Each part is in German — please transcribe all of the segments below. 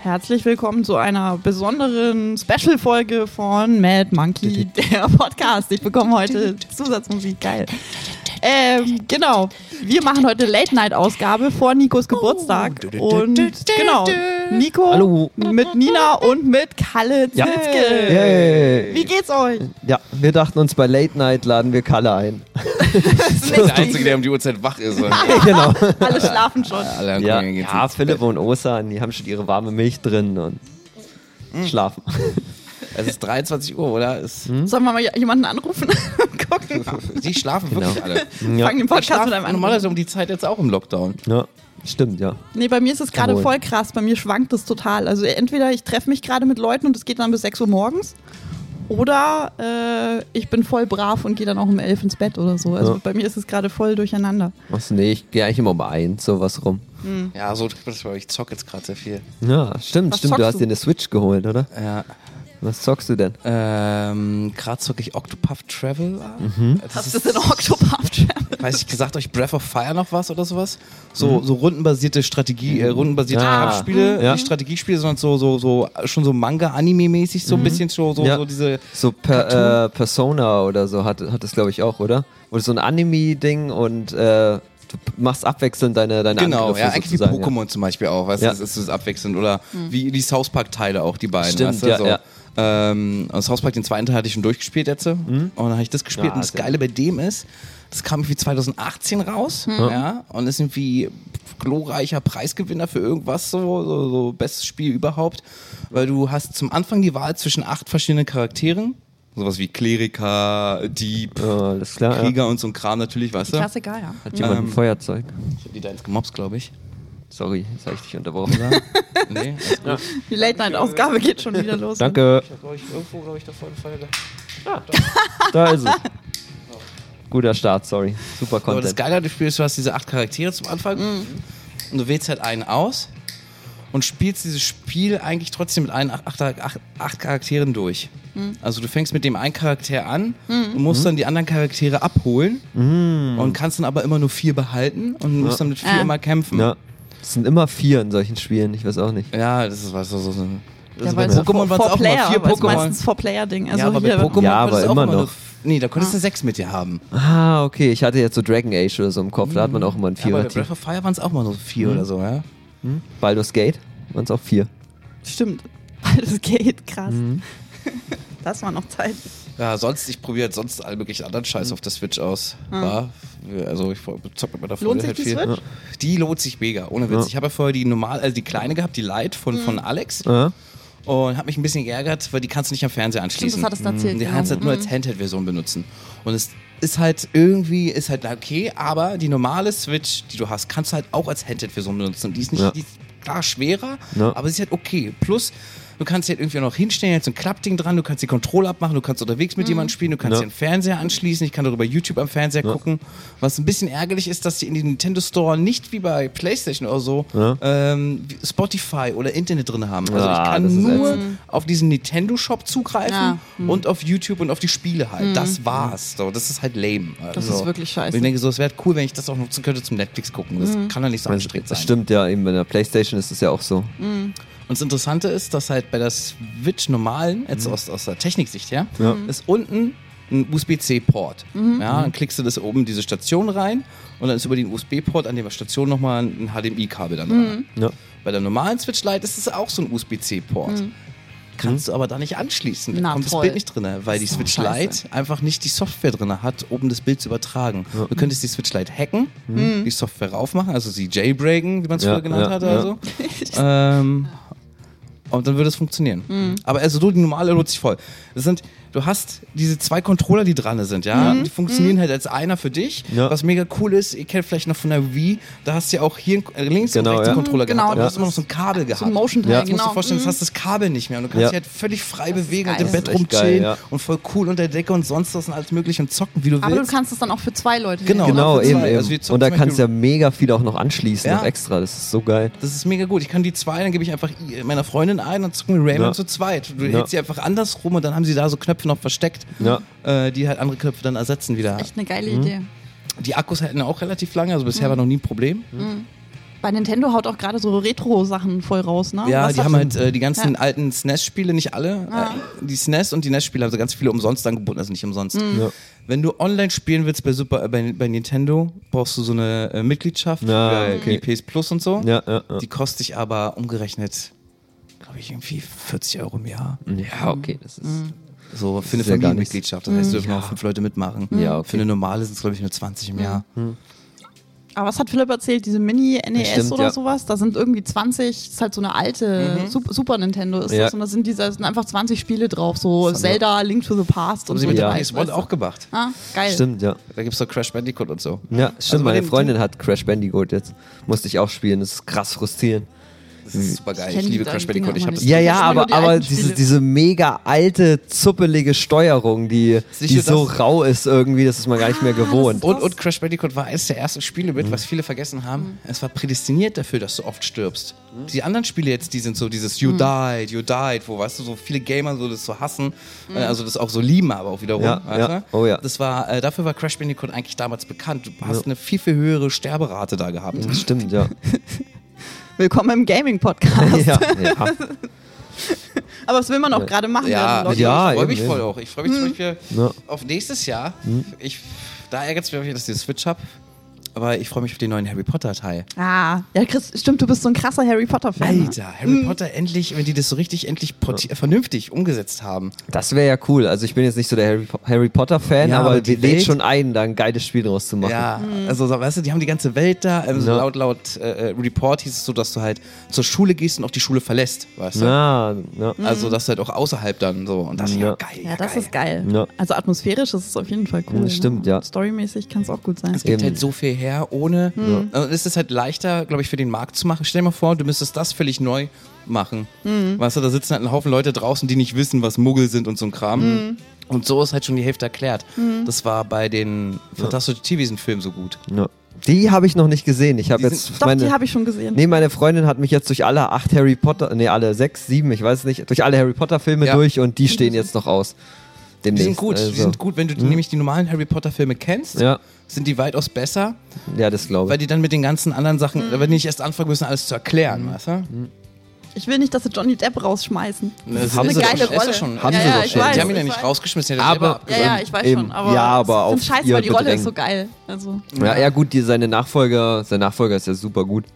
Herzlich willkommen zu einer besonderen Special-Folge von Mad Monkey, der Podcast. Ich bekomme heute Zusatzmusik, geil. Ähm, genau, wir machen heute Late-Night-Ausgabe vor Nikos Geburtstag. Und genau, Nico Oh. Hallo. mit Nina und mit Kalle Ja. Zilke. Yay. Wie geht's euch? Ja, wir dachten uns bei Late Night laden wir Kalle ein. der Einzige, der um die Uhrzeit wach ist. Und genau. Alle schlafen schon. alle anderen Ja, Kollegen geht's ja nicht. Philipp und Osan, die haben schon ihre warme Milch drin und Mhm. schlafen. Es ist 23 Uhr, oder? Es, Hm? Sollen wir mal jemanden anrufen und gucken? Die schlafen Genau. Hm. wirklich alle. Ja. Fangen den Podcast mit einem an. Normalerweise um die Zeit jetzt auch im Lockdown. Ja, stimmt, ja. Nee, bei mir ist es gerade Jawohl. voll krass. Bei mir schwankt es total. Also entweder ich treffe mich gerade mit Leuten und es geht dann bis 6 Uhr morgens. Oder äh, ich bin voll brav und gehe dann auch um 11 ins Bett oder so. Also Ja. bei mir ist es gerade voll durcheinander. Was, nee, ich gehe eigentlich immer um eins, sowas rum. Ja, so trifft es bei euch. Ich zock jetzt gerade sehr viel. Ja, stimmt, Was stimmt. Du zockst hast du? dir eine Switch geholt, oder? Ja. Was zockst du denn? Ähm, gerade zocke ich Octopath Travel. Das Mhm. Das ist, ist in Octopath weiß ich gesagt, euch Breath of Fire noch was oder sowas? So, so rundenbasierte Strategie, äh, rundenbasierte Mhm. Ah. Kampfspiele, Ja. nicht Strategiespiele, sondern so, so, so, schon so Manga-Anime-mäßig, so ein bisschen so, so, Mhm. Ja. so diese So per, äh, Persona oder so hat, hat das, glaube ich, auch, oder? Oder so ein Anime-Ding und äh, du p- machst abwechselnd deine, deine Genau, Angriffe ja, eigentlich wie sozusagen, Pokémon zum Beispiel auch, weißt du, Ja. das ist das abwechselnd oder wie die South Park-Teile auch, die beiden, Stimmt, weißt du, ja, so. ja. Ähm, und South Park, den zweiten Teil hatte ich schon durchgespielt jetzt und dann habe ich das gespielt Mhm. Ja, und das sehr Geile bei dem ist, das kam irgendwie 2018 raus Mhm. ja, und ist irgendwie glorreicher Preisgewinner für irgendwas, so, so, so bestes Spiel überhaupt, weil du hast zum Anfang die Wahl zwischen acht verschiedenen Charakteren, sowas wie Kleriker, Dieb, Ja. Ja, alles klar. Ja. Krieger ähm, und so ein Kram natürlich, weißt du. Klassiker, ja. Hat jemand ein Feuerzeug? Ich hab die da ins gemobst, glaube ich. Sorry, jetzt habe ich dich unterbrochen. Nee, Die Late-Night-Ausgabe geht schon wieder los. Danke. Glaub ich, irgendwo, glaube ich, da vorne Feuer da. Ah. Da ist es. Oh. Guter Start, sorry. Super Aber das Content. Geile an dem Spiel ist, du hast diese acht Charaktere zum Anfang Mhm. und du wählst halt einen aus und spielst dieses Spiel eigentlich trotzdem mit allen acht, acht, acht, acht Charakteren durch. Mhm. Also du fängst mit dem einen Charakter an und musst Mhm. dann die anderen Charaktere abholen und kannst dann aber immer nur vier behalten und musst dann mit vier Ah. immer kämpfen. Ja. Es sind immer vier in solchen Spielen, ich weiß auch nicht. Ja, das ist was so. so, so. Ja, Also weil bei es Pokémon vor- waren es vor auch Player, mal vier weil es Pokémon. meistens vor Player-Ding. Also ja, aber hier, mit Pokémon Ja, aber konntest du auch immer nur- noch. Nee, da konntest du eine 6 mit dir haben. Ah, okay, ich hatte jetzt so Dragon Age oder so im Kopf, da hat man auch immer ein Ja, aber bei Vierer-Team. Breath of Fire waren es auch mal so vier Mhm. oder so, ja? Baldur's Gate waren es auch vier. Stimmt. Das geht krass. Mhm. Das war noch Zeit. Ja, sonst, ich probiere jetzt sonst all möglichen anderen Scheiß Hm. auf der Switch aus. War, also ich zock mit meiner Ah. Lohnt Freundin sich die halt viel. Switch? Die lohnt sich mega, ohne Witz. Ja. Ich habe ja vorher die normal, also die kleine gehabt, die Lite Hm. von, von Alex. Ja. Und habe mich ein bisschen geärgert, weil die kannst du nicht am Fernseher anschließen. Stimmt, das hattest du erzählt, Mhm. Die genau. kannst du halt nur als Handheld-Version benutzen. Und es ist halt irgendwie, ist halt okay, aber die normale Switch, die du hast, kannst du halt auch als Handheld-Version benutzen. Und die ist nicht, Ja. die ist klar schwerer, Ja. aber sie ist halt okay. Plus, du kannst halt irgendwie auch noch hinstellen, jetzt so ein Klappding dran, du kannst die Controller abmachen, du kannst unterwegs Mhm. mit jemandem spielen, du Ja. kannst den Fernseher anschließen, ich kann darüber YouTube am Fernseher gucken. Was ein bisschen ärgerlich ist, dass die in den Nintendo Store nicht wie bei PlayStation oder so Ja. ähm, wie Spotify oder Internet drin haben. Also ich Ah, kann das ist nur ätzend. Hm. auf diesen Nintendo-Shop zugreifen Ja, Hm. und auf YouTube und auf die Spiele halt. Das war's. So, das ist halt lame. Das Also, ist wirklich und scheiße. Hm. Ich denke so, es wäre cool, wenn ich das auch nutzen könnte zum Netflix gucken. Das kann doch nicht so anstrengend sein. Das stimmt ja, eben bei der Playstation ist es ja auch so. Mhm. Und das Interessante ist, dass halt bei der Switch normalen, jetzt aus, aus der Techniksicht her, Hm. Ja. Hm. ist unten ein USB-C-Port. Mhm. Ja, dann klickst du das oben diese Station rein und dann ist über den USB-Port an der Station nochmal ein HDMI-Kabel dann Hm. dran. Ja. Bei der normalen Switch Lite ist es auch so ein USB-C-Port. Kannst du aber da nicht anschließen. Da Hm. Na kommt das toll. Bild nicht drin, weil die Ist doch Switch scheiße. Lite einfach nicht die Software drin hat, um das Bild zu übertragen. Du könntest die Switch Lite hacken, Hm. die Software raufmachen, also sie jailbreaken, wie man es Hm. Ja, früher genannt ja, hat. ja. Also. ähm, und dann würde es funktionieren. Hm. Aber also du, die normale lohnt sich voll. Das sind, du hast diese zwei Controller, die dran sind, ja. Hm. Die funktionieren halt als einer für dich. Ja. Was mega cool ist, ihr kennt vielleicht noch von der Wii, da hast du ja auch hier einen, äh, links Genau, und rechts einen ja. Controller Genau, gehabt, aber du das hast immer noch so ein Kabel gehabt. So ein Motion-Teil, Ja. Das musst du dir genau. vorstellen, Mhm. jetzt hast du das Kabel nicht mehr und du kannst Ja. dich halt völlig frei bewegen geil. und im Das ist Bett echt geil, rumchillen ja. und voll cool unter der Decke und sonst was und alles mögliche und zocken, wie du Aber du willst. kannst es dann auch für zwei Leute Genau. nehmen, oder? Genau, für eben, zwei. eben. Also wir zocken Und da zum kannst du ja mega viel auch noch anschließen, Ja. noch extra. Das ist so geil. Das ist mega gut. Ich kann die zwei, dann gebe ich einfach i- äh, meiner Freundin ein, dann zocken wir Rayman Ja. zu zweit. Du Ja. hältst sie einfach andersrum und dann haben sie da so Knöpfe noch versteckt, Ja. äh, die halt andere Knöpfe dann ersetzen wieder. Echt eine geile Idee. Die Akkus halten auch relativ lange, also bisher war noch nie ein Problem. Bei Nintendo haut auch gerade so Retro-Sachen voll raus, ne? Ja, Was die hat- haben halt äh, die ganzen alten SNES-Spiele, nicht alle. Ah. Äh, die SNES und die NES-Spiele haben so ganz viele umsonst angeboten, also nicht umsonst. Ja. Wenn du online spielen willst bei, Super, äh, bei, bei Nintendo, brauchst du so eine äh, Mitgliedschaft Ah, für okay. die PS Plus und so. Ja, ja, ja. Die kostet dich aber umgerechnet, glaube ich, irgendwie 40 Euro im Jahr. Ja, okay, das ist. Mhm. So für eine ist ja gar Mhm. Familienmitgliedschaft. Das heißt, dürfen auch fünf Leute mitmachen. Ja, okay. Mhm. Für eine normale sind es, glaube ich, nur 20 Mhm. im Jahr. Aber was hat Philipp erzählt? Diese Mini-NES Stimmt, oder ja. sowas? Da sind irgendwie 20, ist halt so eine alte Mhm. Sup- Super Nintendo ist Ja. das. Und da sind, diese, da sind einfach 20 Spiele drauf. So haben Zelda, Link to the Past Haben und sie so. mit Ja. der PS1 auch gemacht. Ah, geil. Stimmt, ja. Da gibt es doch Crash Bandicoot und so. Ja, stimmt, Also bei meine dem- Freundin hat Crash Bandicoot jetzt. Musste ich auch spielen, das ist krass frustrierend. Das ist super geil. Ich Ich, kenn die liebe Crash dann Dinger Bandicoot. Ich aber habe das nicht. Ja, ja, schon mal nur aber, die aber alten diese, Spiele. diese mega alte, zuppelige Steuerung, die, Sicher die so das- Ah, rau ist irgendwie, das ist man gar nicht mehr gewohnt. Und, und Crash Bandicoot war eines der ersten Spiele mit, was viele vergessen haben. Es war prädestiniert dafür, dass du oft stirbst. Die anderen Spiele jetzt, die sind so dieses You died, you died, wo weißt du, so viele Gamer so das so hassen, äh, also das auch so lieben, aber auch wiederum. Ja, weißt ja. du? Oh ja. Das war, äh, dafür war Crash Bandicoot eigentlich damals bekannt. Du hast eine viel, viel höhere Sterberate da gehabt. Das stimmt, ja. Willkommen im Gaming-Podcast. ja, ja. Aber was will man auch gerade machen? Ja, Mhm. während ich, Lockdown? Ja, freue mich eben, voll eben. auch. Ich freue mich zum Beispiel Ja. auf nächstes Jahr. Ich, da ärgert es mich, dass ich den Switch habe. Aber ich freue mich auf den neuen Harry Potter Teil. Ah, ja, Chris, stimmt, du bist so ein krasser Harry Potter-Fan. ne? Alter, Harry Mhm. Potter endlich, wenn die das so richtig, endlich porti- vernünftig umgesetzt haben. Das wäre ja cool. Also ich bin jetzt nicht so der Harry, Po- Harry Potter Fan, Ja, aber aber die wir lädt Welt- schon ein, da ein geiles Spiel draus zu machen. Mhm. Ja, also so, weißt du, die haben die ganze Welt da. Ähm, so Ja. Laut, laut äh, äh, Report hieß es so, dass du halt zur Schule gehst und auch die Schule verlässt, weißt du? Ja, ja. Also, dass du halt auch außerhalb dann so. Und das ist ja, Ja. geil. Ja, das geil. ist geil. Ja. Also atmosphärisch ist es auf jeden Fall cool. Ja, stimmt, ne? ja. Storymäßig kann es auch gut sein. Es gibt Eben. Hm. halt so viel her, ohne. Also es ist halt leichter, glaube ich, für den Markt zu machen. Stell dir mal vor, du müsstest das völlig neu machen. Hm. Weißt du, da sitzen halt ein Haufen Leute draußen, die nicht wissen, was Muggel sind und so ein Kram. Hm. Und so ist halt schon die Hälfte erklärt. Das war bei den Fantastische Tierwesen-Filmen so gut. Ja. Die habe ich noch nicht gesehen. Ich habe Die jetzt sind- Doch, die meine. habe ich schon gesehen. Nee, meine Freundin hat mich jetzt durch alle acht Harry Potter, nee, alle sechs, sieben, ich weiß nicht, durch alle Harry Potter Filme Ja. durch und die stehen jetzt noch aus. Die Demnächst. sind gut. Also. Die sind gut, wenn du nämlich die normalen Harry Potter-Filme kennst. Ja, Sind die weitaus besser, ja, das glaube weil ich. die dann mit den ganzen anderen Hm. Sachen, weil die nicht erst anfangen müssen, alles zu erklären, weißt du? Ich will nicht, dass sie Johnny Depp rausschmeißen. Das eine Haben Ne, sie doch geile schon- Rolle. Ist doch schon, Haben ja, sie ja, doch ich schon. Weiß, Die haben ihn ja ich nicht weiß. rausgeschmissen, die haben ihn selber Aber Ja, ja, ich weiß schon. Eben. Aber, Ja, aber ich auf finde scheiße, ihr weil die Rolle Bedrängen. ist so geil. Also, Ja, ja, gut, die, seine Nachfolger, sein Nachfolger ist ja super gut.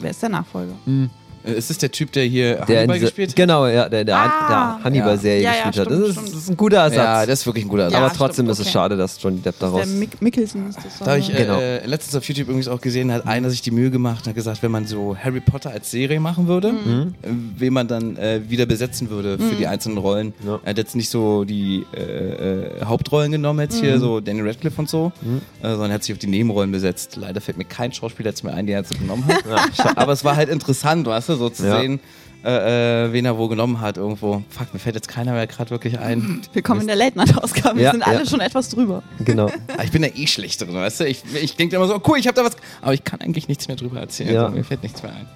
wer ist der Nachfolger? Hm, Äh, Es ist der Typ, der hier Der Hannibal in diese- gespielt hat. Genau, ja, der, der, Han- Ah. der Hannibal-Serie Ja. Ja, ja, gespielt hat. stimmt, Das ist, stimmt. das ist ein guter Ersatz. Ja, das ist wirklich ein guter Ersatz. Ja, Aber trotzdem stimmt, ist es okay. schade, dass Johnny Depp daraus. Der Mick Mickelson ist das. Da habe ich äh, Genau. äh, letztens auf YouTube übrigens auch gesehen, hat einer sich die Mühe gemacht und hat gesagt, wenn man so Harry Potter als Serie machen würde, Mhm. Mhm. äh, wen man dann äh, wieder besetzen würde für die einzelnen Rollen. Ja. Er hat jetzt nicht so die äh, äh, Hauptrollen genommen, jetzt Mhm. hier so Daniel Radcliffe und so, Mhm. äh, sondern hat sich auf die Nebenrollen besetzt. Leider fällt mir kein Schauspieler jetzt mehr ein, den er jetzt so genommen hat. Aber es war halt interessant, weißt du, so zu Ja. sehen, äh, äh, wen er wo genommen hat irgendwo. Fuck, mir fällt jetzt keiner mehr gerade wirklich ein. Willkommen in der Late-Night-Ausgabe. Wir Ja, sind alle ja. schon etwas drüber. genau. Aber ich bin da eh schlecht drin, weißt du? Ich, ich denke immer so, oh, cool, ich habe da was. Aber ich kann eigentlich nichts mehr drüber erzählen. Ja. So, mir fällt nichts mehr ein.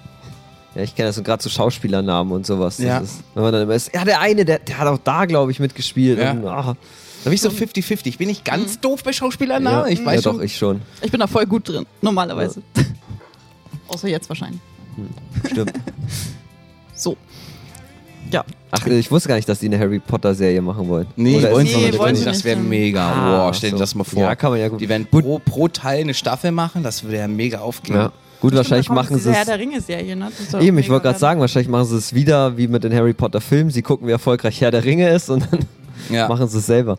Ja, ich kenne das so gerade zu so Schauspielernamen und sowas. Das Ja. Ist, wenn man dann immer ist, ja, der eine, der, der hat auch da, glaube ich, mitgespielt. Ja. Und, ah, Da bin ich so 50-50. Ich bin nicht ganz doof bei Schauspielernamen. Ich weiß Mhm. ja, schon. doch, ich schon. Ich bin da voll gut drin, normalerweise. Außer jetzt wahrscheinlich. Stimmt. So. Ja. Ach, äh, ich wusste gar nicht, dass die eine Harry Potter-Serie machen wollen. Nee, Oder wollen ist sie es Nee, nicht. wollen sie das nicht, wäre ja. mega. Ah, wow, stell dir so. das mal vor. Ja, kann man ja gut- Die werden pro, pro Teil eine Staffel machen. Das würde ja mega aufgehen. Ja. Gut, wahrscheinlich Stimmt, da kommt machen diese sie Herr es. der Ringe-Serie, ne? Das ist doch Eben, ich mega wollte gerade geil. sagen, wahrscheinlich machen sie es wieder wie mit den Harry Potter-Filmen. Sie gucken, wie erfolgreich Herr der Ringe ist und dann Ja. machen sie es selber.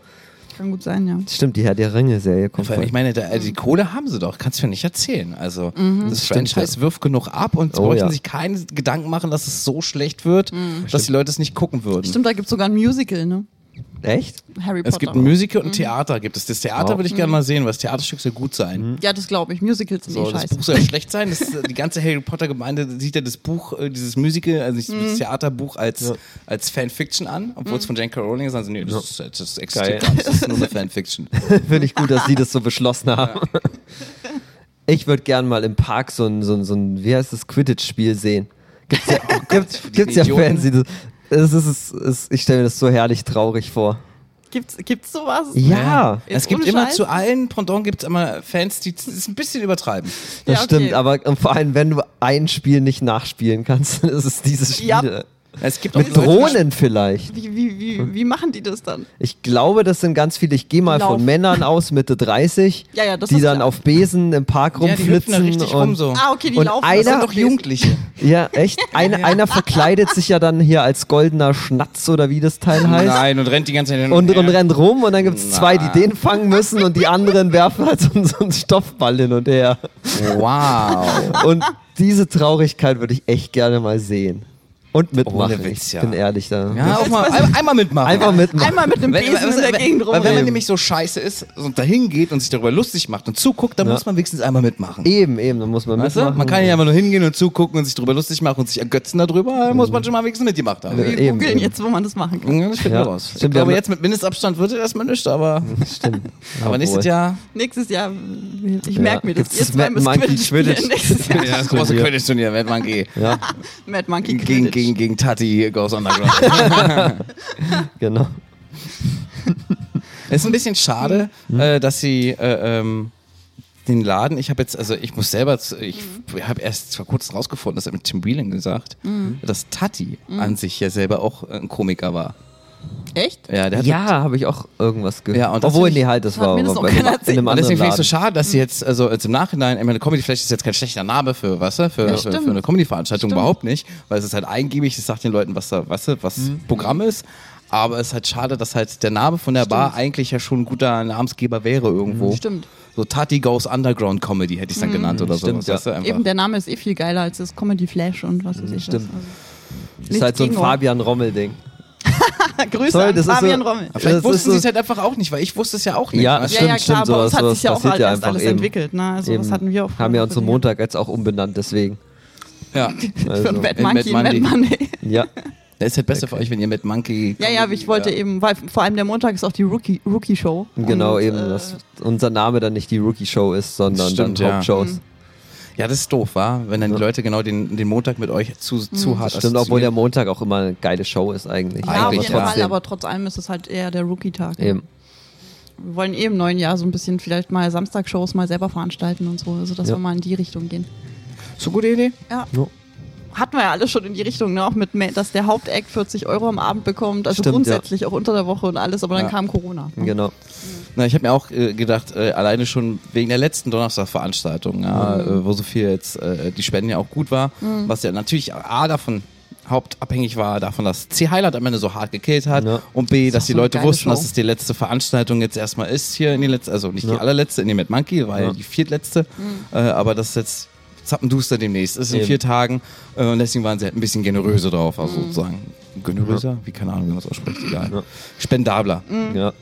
Kann gut sein, ja. Stimmt, die Herr der Ringe-Serie kommt Vor allem, voll. ich meine, da, äh, die Kohle haben sie doch, kannst du mir nicht erzählen. Also, das Mhm. Stimmt, Franchise wirft genug ab und sie Oh, bräuchten ja. Mhm. sich keinen Gedanken machen, dass es so schlecht wird, dass die Leute es nicht gucken würden. Stimmt, da gibt es sogar ein Musical, ne? Echt? Harry Potter. Mhm. Es gibt ein Musical und ein Theater gibt es. Das Theater Wow. würde ich gerne mal sehen, weil das Theaterstück soll gut sein. Mhm. Ja, das glaube ich. Musicals sind So, eh das scheiße. Buch soll ja schlecht sein. Das, äh, die ganze Harry Potter Gemeinde sieht ja das Buch, äh, dieses Musical, also nicht Mhm. das Theaterbuch als, als Fanfiction an, obwohl es von J.K. Rowling ist. Also nee, das, ist, das ist existiert, Geil. gar nicht. das ist nur eine Fanfiction. Finde ich gut, dass sie das so beschlossen haben. Ich würde gern mal im Park so ein, so ein, so ein wie heißt das, Quidditch-Spiel sehen. Gibt's ja, gibt's, für die gibt's ja Idioten. Fans, die das. Es ist, es ist, ich stelle mir das so herrlich traurig vor. Gibt's, gibt's sowas? Ja, Ah, Jetzt es gibt ohne immer Scheiß? zu allen Pendant gibt es immer Fans, die es ein bisschen übertreiben. das Ja, okay. stimmt. Aber und vor allem, wenn du ein Spiel nicht nachspielen kannst, dann ist es dieses Spiel. Ja. Es gibt auch Mit Leute, die- Drohnen vielleicht. Wie, wie, wie, wie machen die das dann? Ich glaube, das sind ganz viele. Ich gehe mal Lauf. von Männern aus, Mitte 30, Genau. Ja, ja, das die ist dann klar. auf Besen im Park Ja, die hüpfen da rumflitzen. richtig und, rum so. Ah, okay, die Und laufen. Das einer- sind doch Jugendliche. Ja, echt? Ein, Einer verkleidet sich ja dann hier als goldener Schnatz oder wie das Teil heißt. Nein, und rennt die ganze Zeit hin Und, und her. rennt rum und dann gibt es zwei, die Na. den fangen müssen und die anderen werfen halt so, einen- so einen Stoffball hin und her. Wow. Und diese Traurigkeit würde ich echt gerne mal sehen. Und mitmachen. Ohne Witz, ich ja. bin ehrlich da. Ja, auch mal, ein, einmal mitmachen. Einfach mitmachen. Einmal mit einem Wenn- Besen was- in der wenn- Gegend weil Wenn man rum. nämlich so scheiße ist und dahin geht und sich darüber lustig macht und zuguckt, dann Ja. muss man wenigstens einmal mitmachen. Eben, eben, dann muss man Weißt du? mitmachen. Man kann ja nicht einfach nur hingehen und zugucken und sich darüber lustig machen und sich ergötzen darüber, dann muss man schon mal wenigstens mitgemacht haben. Ja. Wir Eben, googeln eben. jetzt, wo man das machen kann. Ja, das finden Ja. wir raus. Ich Stimmt, wir glaube, haben- jetzt mit Mindestabstand wird er erstmal nicht, aber, Stimmt. aber nächstes Jawohl. Jahr. Nächstes Jahr, ich Ja. merke mir das. Gibt's Ihr das zwei Mad müsst Monkey Quidditch spielen Quidditch? nächstes Jahr. Ja, das große Turnier. Königsturnier, wenn man geht. Ja, Mad Monkey Gegen, Quidditch. gegen, gegen Tati Goes Underground. genau. Es ist ein bisschen schade, äh, dass sie äh, ähm, den Laden, ich habe jetzt, also ich muss selber, zu- ich habe erst vor kurzem rausgefunden, das hat mir Tim Whelan gesagt, dass Tati an sich ja selber auch ein Komiker war. Echt? Ja, der hat Ja, habe ich auch irgendwas gehört. Ja, und das Obwohl, find ich- nee, halt, das hat war mir das aber noch bei- keiner in erzählt. einem Und anderen deswegen finde ich es so Laden. schade, dass sie jetzt, also jetzt im Nachhinein, ich meine, Comedy Flash ist jetzt kein schlechter Name für, was, für, für, für, stimmt. eine Comedy-Veranstaltung Stimmt. überhaupt nicht, weil es ist halt eingebig, es sagt den Leuten, was da, was, was Mhm. Programm ist. Aber es ist halt schade, dass halt der Name von der Bar eigentlich ja schon ein guter Namensgeber wäre irgendwo. Mhm, Stimmt. Mhm. So Tati Goes Underground Comedy hätte ich es dann genannt oder so. Stimmt, ja. Eben, der Name ist eh viel geiler als das Comedy Flash und was weiß ich. Stimmt. Was. Ist halt so ein Fabian Rommel-Ding. Fabian. Also, Grüße Sorry, an das ist so- Fabian Rommel. Ja, Vielleicht Das wussten ist so- sie es halt einfach auch nicht, weil ich wusste es ja auch nicht. Ja, weißt Ja, du? ja, Stimmt, stimmt, klar, bei uns sowas- hat sowas sich ja auch passiert halt ja erst einfach alles eben. entwickelt. Ne? Also das Eben. hatten wir auch. Haben wir uns am Montag jetzt auch umbenannt, deswegen. ja. Für Also, Mad in Monkey, Mad Mad Monday. Money. ja. Das ist halt besser für euch, wenn ihr mit Monkey. Ja, ja, aber ich wollte eben, weil vor allem der Montag ist auch die Rookie- Rookie-Show. Genau, Und, eben, äh, dass unser Name dann nicht die Rookie-Show ist, sondern Stimmt, dann ja. Mhm. Hauptshows. Ja, das ist doof, war, wenn dann die Ja. Leute genau den, den Montag mit euch zu, Mhm. zu hart Stimmt, obwohl der assoziieren. Montag auch immer eine geile Show ist eigentlich. Ja, auf Eigentlich, jeden ja. Fall, aber trotz allem ist es halt eher der Rookie-Tag. Wir Eben. wollen eh im neuen Jahr so ein bisschen vielleicht mal Samstagshows mal selber veranstalten und so, also dass Ja. wir mal in die Richtung gehen. So gute Idee. Ja. Ja. Hatten wir ja alle schon in die Richtung, ne? auch mit, Ma- dass der Hauptact 40 Euro am Abend bekommt, also Stimmt, grundsätzlich auch unter der Woche und alles, aber dann Ja. kam Corona. Genau. Na, ich habe mir auch äh, gedacht, äh, alleine schon wegen der letzten Donnerstagveranstaltung, ja, äh, wo so viel jetzt äh, die Spenden ja auch gut war, was ja natürlich A davon hauptabhängig war davon, dass C Highlight am Ende so hart gekillt hat Ja. und B, dass auch die so eine Leute geile wussten, Show. dass es die letzte Veranstaltung jetzt erstmal ist hier in die letzte, also nicht die allerletzte in dem Mad Monkey, war ja, Ja. die viertletzte, äh, aber das ist jetzt Zappenduster demnächst ist in Eben. vier Tagen äh, und deswegen waren sie halt ein bisschen generöser drauf, also sozusagen generöser, wie keine Ahnung, wie man das ausspricht, egal. Ja. Spendabler. Mhm. Ja.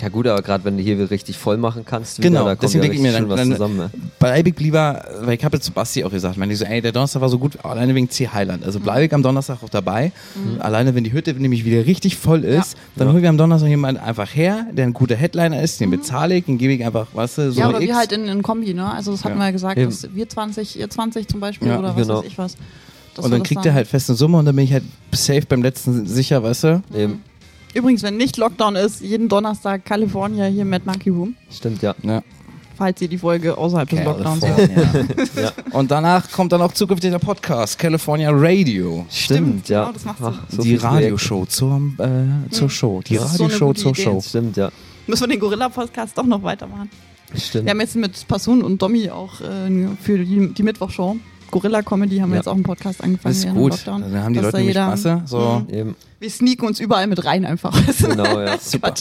Ja gut, aber gerade wenn du hier richtig voll machen kannst, wieder, Genau, da kommt deswegen ja denke ich mir, richtig dann, schön was dann zusammen. ne? bleibe ich lieber, weil ich habe jetzt zu Basti auch gesagt, meine ich so, ey, der Donnerstag war so gut, alleine wegen C Highland. Also bleibe ich am Donnerstag auch dabei. Mhm. Alleine, wenn die Hütte nämlich wieder richtig voll ist, dann holen wir am Donnerstag jemanden einfach her, der ein guter Headliner ist, den bezahle ich, den gebe ich einfach, weißt du, so Mhm. ja, eine aber X. wir halt in, in Kombi, ne? Also das hatten Ja. wir ja gesagt, Eben. dass wir 20, ihr 20 zum Beispiel Ja, oder was genau. weiß ich was. Dass wir und dann das kriegt er halt feste Summe und dann bin ich halt safe beim letzten sicher, weißt du? Eben. Übrigens, wenn nicht Lockdown ist, jeden Donnerstag California hier mit Monkey Room, Stimmt, ja. Ja. falls ihr die Folge außerhalb des Lockdowns hört. California. Ja. Und danach kommt dann auch zukünftig der Podcast, California Radio. Stimmt, ja. genau, das macht Sinn. so die viel Projekt. Radioshow zum, äh, zur Show. Die Mhm. Das ist so eine Radioshow gute zur Idee. Show. Stimmt, ja. Müssen wir den Gorilla-Podcast doch noch weitermachen. Stimmt. Wir haben jetzt mit Passun und Domi auch äh, für die, die Mittwochshow. Gorilla-Comedy haben wir Ja. jetzt auch einen Podcast angefangen. Das ist während dem gut. Lockdown. Dann haben die Dass Leute da nämlich jeder- Mhm. Masse. So. Eben. Wir sneaken uns überall mit rein einfach. Also, Genau, ja. Super.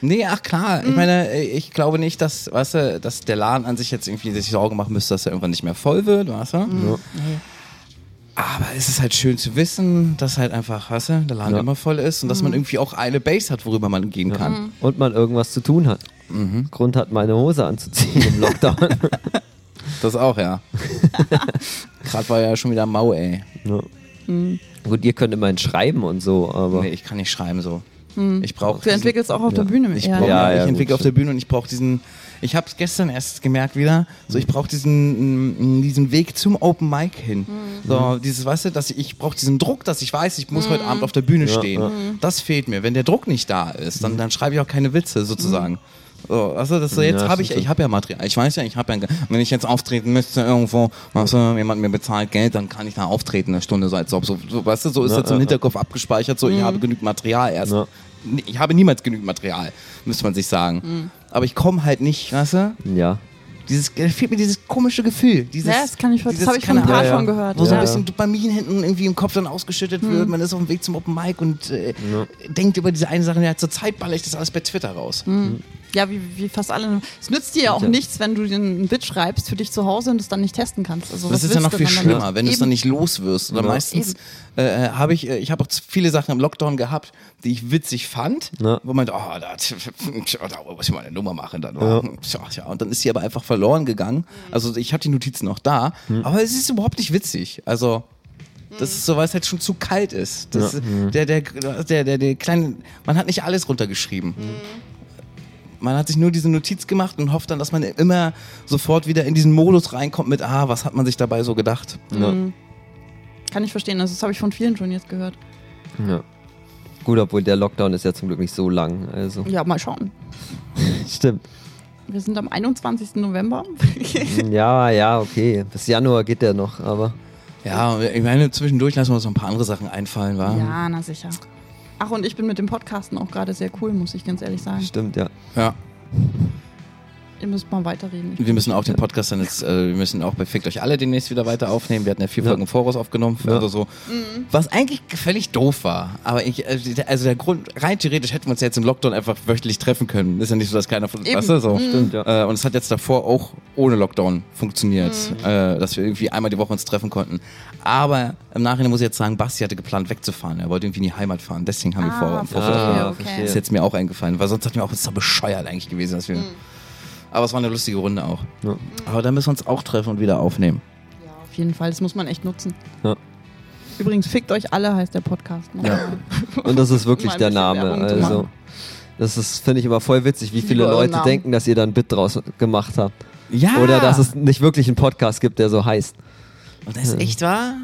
Nee, ach klar. Mhm. Ich meine, ich glaube nicht, dass, weißt du, dass der Laden an sich jetzt irgendwie sich Sorgen machen müsste, dass er irgendwann nicht mehr voll wird, weißt du? Mhm. Aber es ist halt schön zu wissen, dass halt einfach, weißt du, der Laden Ja. immer voll ist und dass man Mhm. irgendwie auch eine Base hat, worüber man gehen kann. Und man irgendwas zu tun hat. Mhm. Grund hat, meine Hose anzuziehen im Lockdown. Das auch, ja. Gerade war ja schon wieder mau, ey. Mhm. ja. Gut, ihr könnt immerhin schreiben und so, aber Nee, ich kann nicht schreiben so. Ich brauche Mhm. Du entwickelst auch auf der Bühne mit ich ja. brauche Ja, ja, ich gut, entwickle auf der stimmt. Bühne und ich brauche diesen ich habe es gestern erst gemerkt wieder so ich brauche diesen m, diesen Weg zum Open Mic Mhm. hin so dieses weißt du dass ich, ich brauche diesen Druck dass ich weiß ich muss heute Mhm. Abend auf der Bühne stehen ja. Mhm. das fehlt mir wenn der Druck nicht da ist dann dann schreibe ich auch keine Witze Mhm. sozusagen so, also das so jetzt Ja, habe ich stimmt. ich habe ja Material ich weiß ja ich habe ja wenn ich jetzt auftreten müsste irgendwo weißt du, jemand mir bezahlt Geld dann kann ich da auftreten eine Stunde so als ob so, so weißt du so ist Ja, jetzt im ja, ja. Hinterkopf abgespeichert Mhm. so ich habe genügend Material erst Ja. ich habe niemals genügend Material, müsste man sich sagen. Mhm. Aber ich komme halt nicht, weißt du? Ja. Dieses, da fehlt mir dieses komische Gefühl. Dieses, Ja, das kann ich ver- das dieses, habe ich von keine ein paar Ja, ja. schon gehört. Mhm. Wo so ein Ja. bisschen Dopamin hinten irgendwie im Kopf dann ausgeschüttet wird. Man ist auf dem Weg zum Open Mic und äh, denkt über diese eine Sache. Ja, zurzeit baller ich das alles bei Twitter raus. Ja, wie, wie fast alle. Es nützt dir ja auch Ja. nichts, wenn du den einen Bit schreibst für dich zu Hause und es dann nicht testen kannst. Also, Das was ist ja willst noch du viel dann damit? schlimmer, wenn du es Eben. dann nicht los wirst. Oder Ja. meistens äh, habe ich, äh, ich habe auch z- viele Sachen im Lockdown gehabt, die ich witzig fand, Ja. wo man, oh, da, tsch, da muss ich mal eine Nummer machen. Dann, ja. Ja, und dann ist sie aber einfach verloren gegangen. Also ich habe die Notizen noch da, aber es ist überhaupt nicht witzig. Also das ist so, weil es halt schon zu kalt ist. Das, der, der, der, der, der kleine, man hat nicht alles runtergeschrieben. Man hat sich nur diese Notiz gemacht und hofft dann, dass man immer sofort wieder in diesen Modus reinkommt mit, ah, was hat man sich dabei so gedacht? Ja. Kann ich verstehen. Also, das habe ich von vielen schon jetzt gehört. ja. Gut, obwohl der Lockdown ist ja zum Glück nicht so lang. Also. Ja, mal schauen. Stimmt. Wir sind am 21. November. Hm, Ja, ja, okay. Bis Januar geht der noch, aber. Ja, ich meine, zwischendurch lassen wir uns noch ein paar andere Sachen einfallen, war? ja, na sicher. Ach, und ich bin mit dem Podcasten auch gerade sehr cool, muss ich ganz ehrlich sagen. Stimmt, ja. ja. Ihr müsst mal weiterreden. Ich Wir müssen auch den Podcast dann jetzt, äh, wir müssen auch bei Fickt euch alle demnächst wieder weiter aufnehmen. Wir hatten ja vier Folgen im Voraus aufgenommen, also so. Mhm. Was eigentlich völlig doof war. Aber ich, äh, der- also der Grund, rein theoretisch hätten wir uns ja jetzt im Lockdown einfach wöchentlich treffen können. Ist ja nicht so, dass keiner von uns, Eben. weißt du, so. Mhm. Stimmt, ja. Äh, und es hat jetzt davor auch ohne Lockdown funktioniert, Mhm. äh, dass wir irgendwie einmal die Woche uns treffen konnten. Aber im Nachhinein muss ich jetzt sagen, Basti hatte geplant wegzufahren. Er wollte irgendwie in die Heimat fahren. Deswegen haben wir vor, vor Ah, okay, verstehe. okay. ist jetzt mir auch eingefallen, weil sonst hat mir auch, es ist doch bescheuert eigentlich gewesen, dass wir. Aber es war eine lustige Runde auch. Ja. Mhm. Aber da müssen wir uns auch treffen und wieder aufnehmen. Ja, auf jeden Fall. Das muss man echt nutzen. Ja. Übrigens, fickt euch alle, heißt der Podcast. Ne? Ja. Und das ist wirklich Mal ein der bisschen Name. Werbung zu Also. machen. Das ist, finde ich, immer voll witzig, wie viele Über euren Leute Namen. denken, dass ihr da ein Bit draus gemacht habt. Ja! Oder dass es nicht wirklich einen Podcast gibt, der so heißt. Und Hm. das ist echt wahr?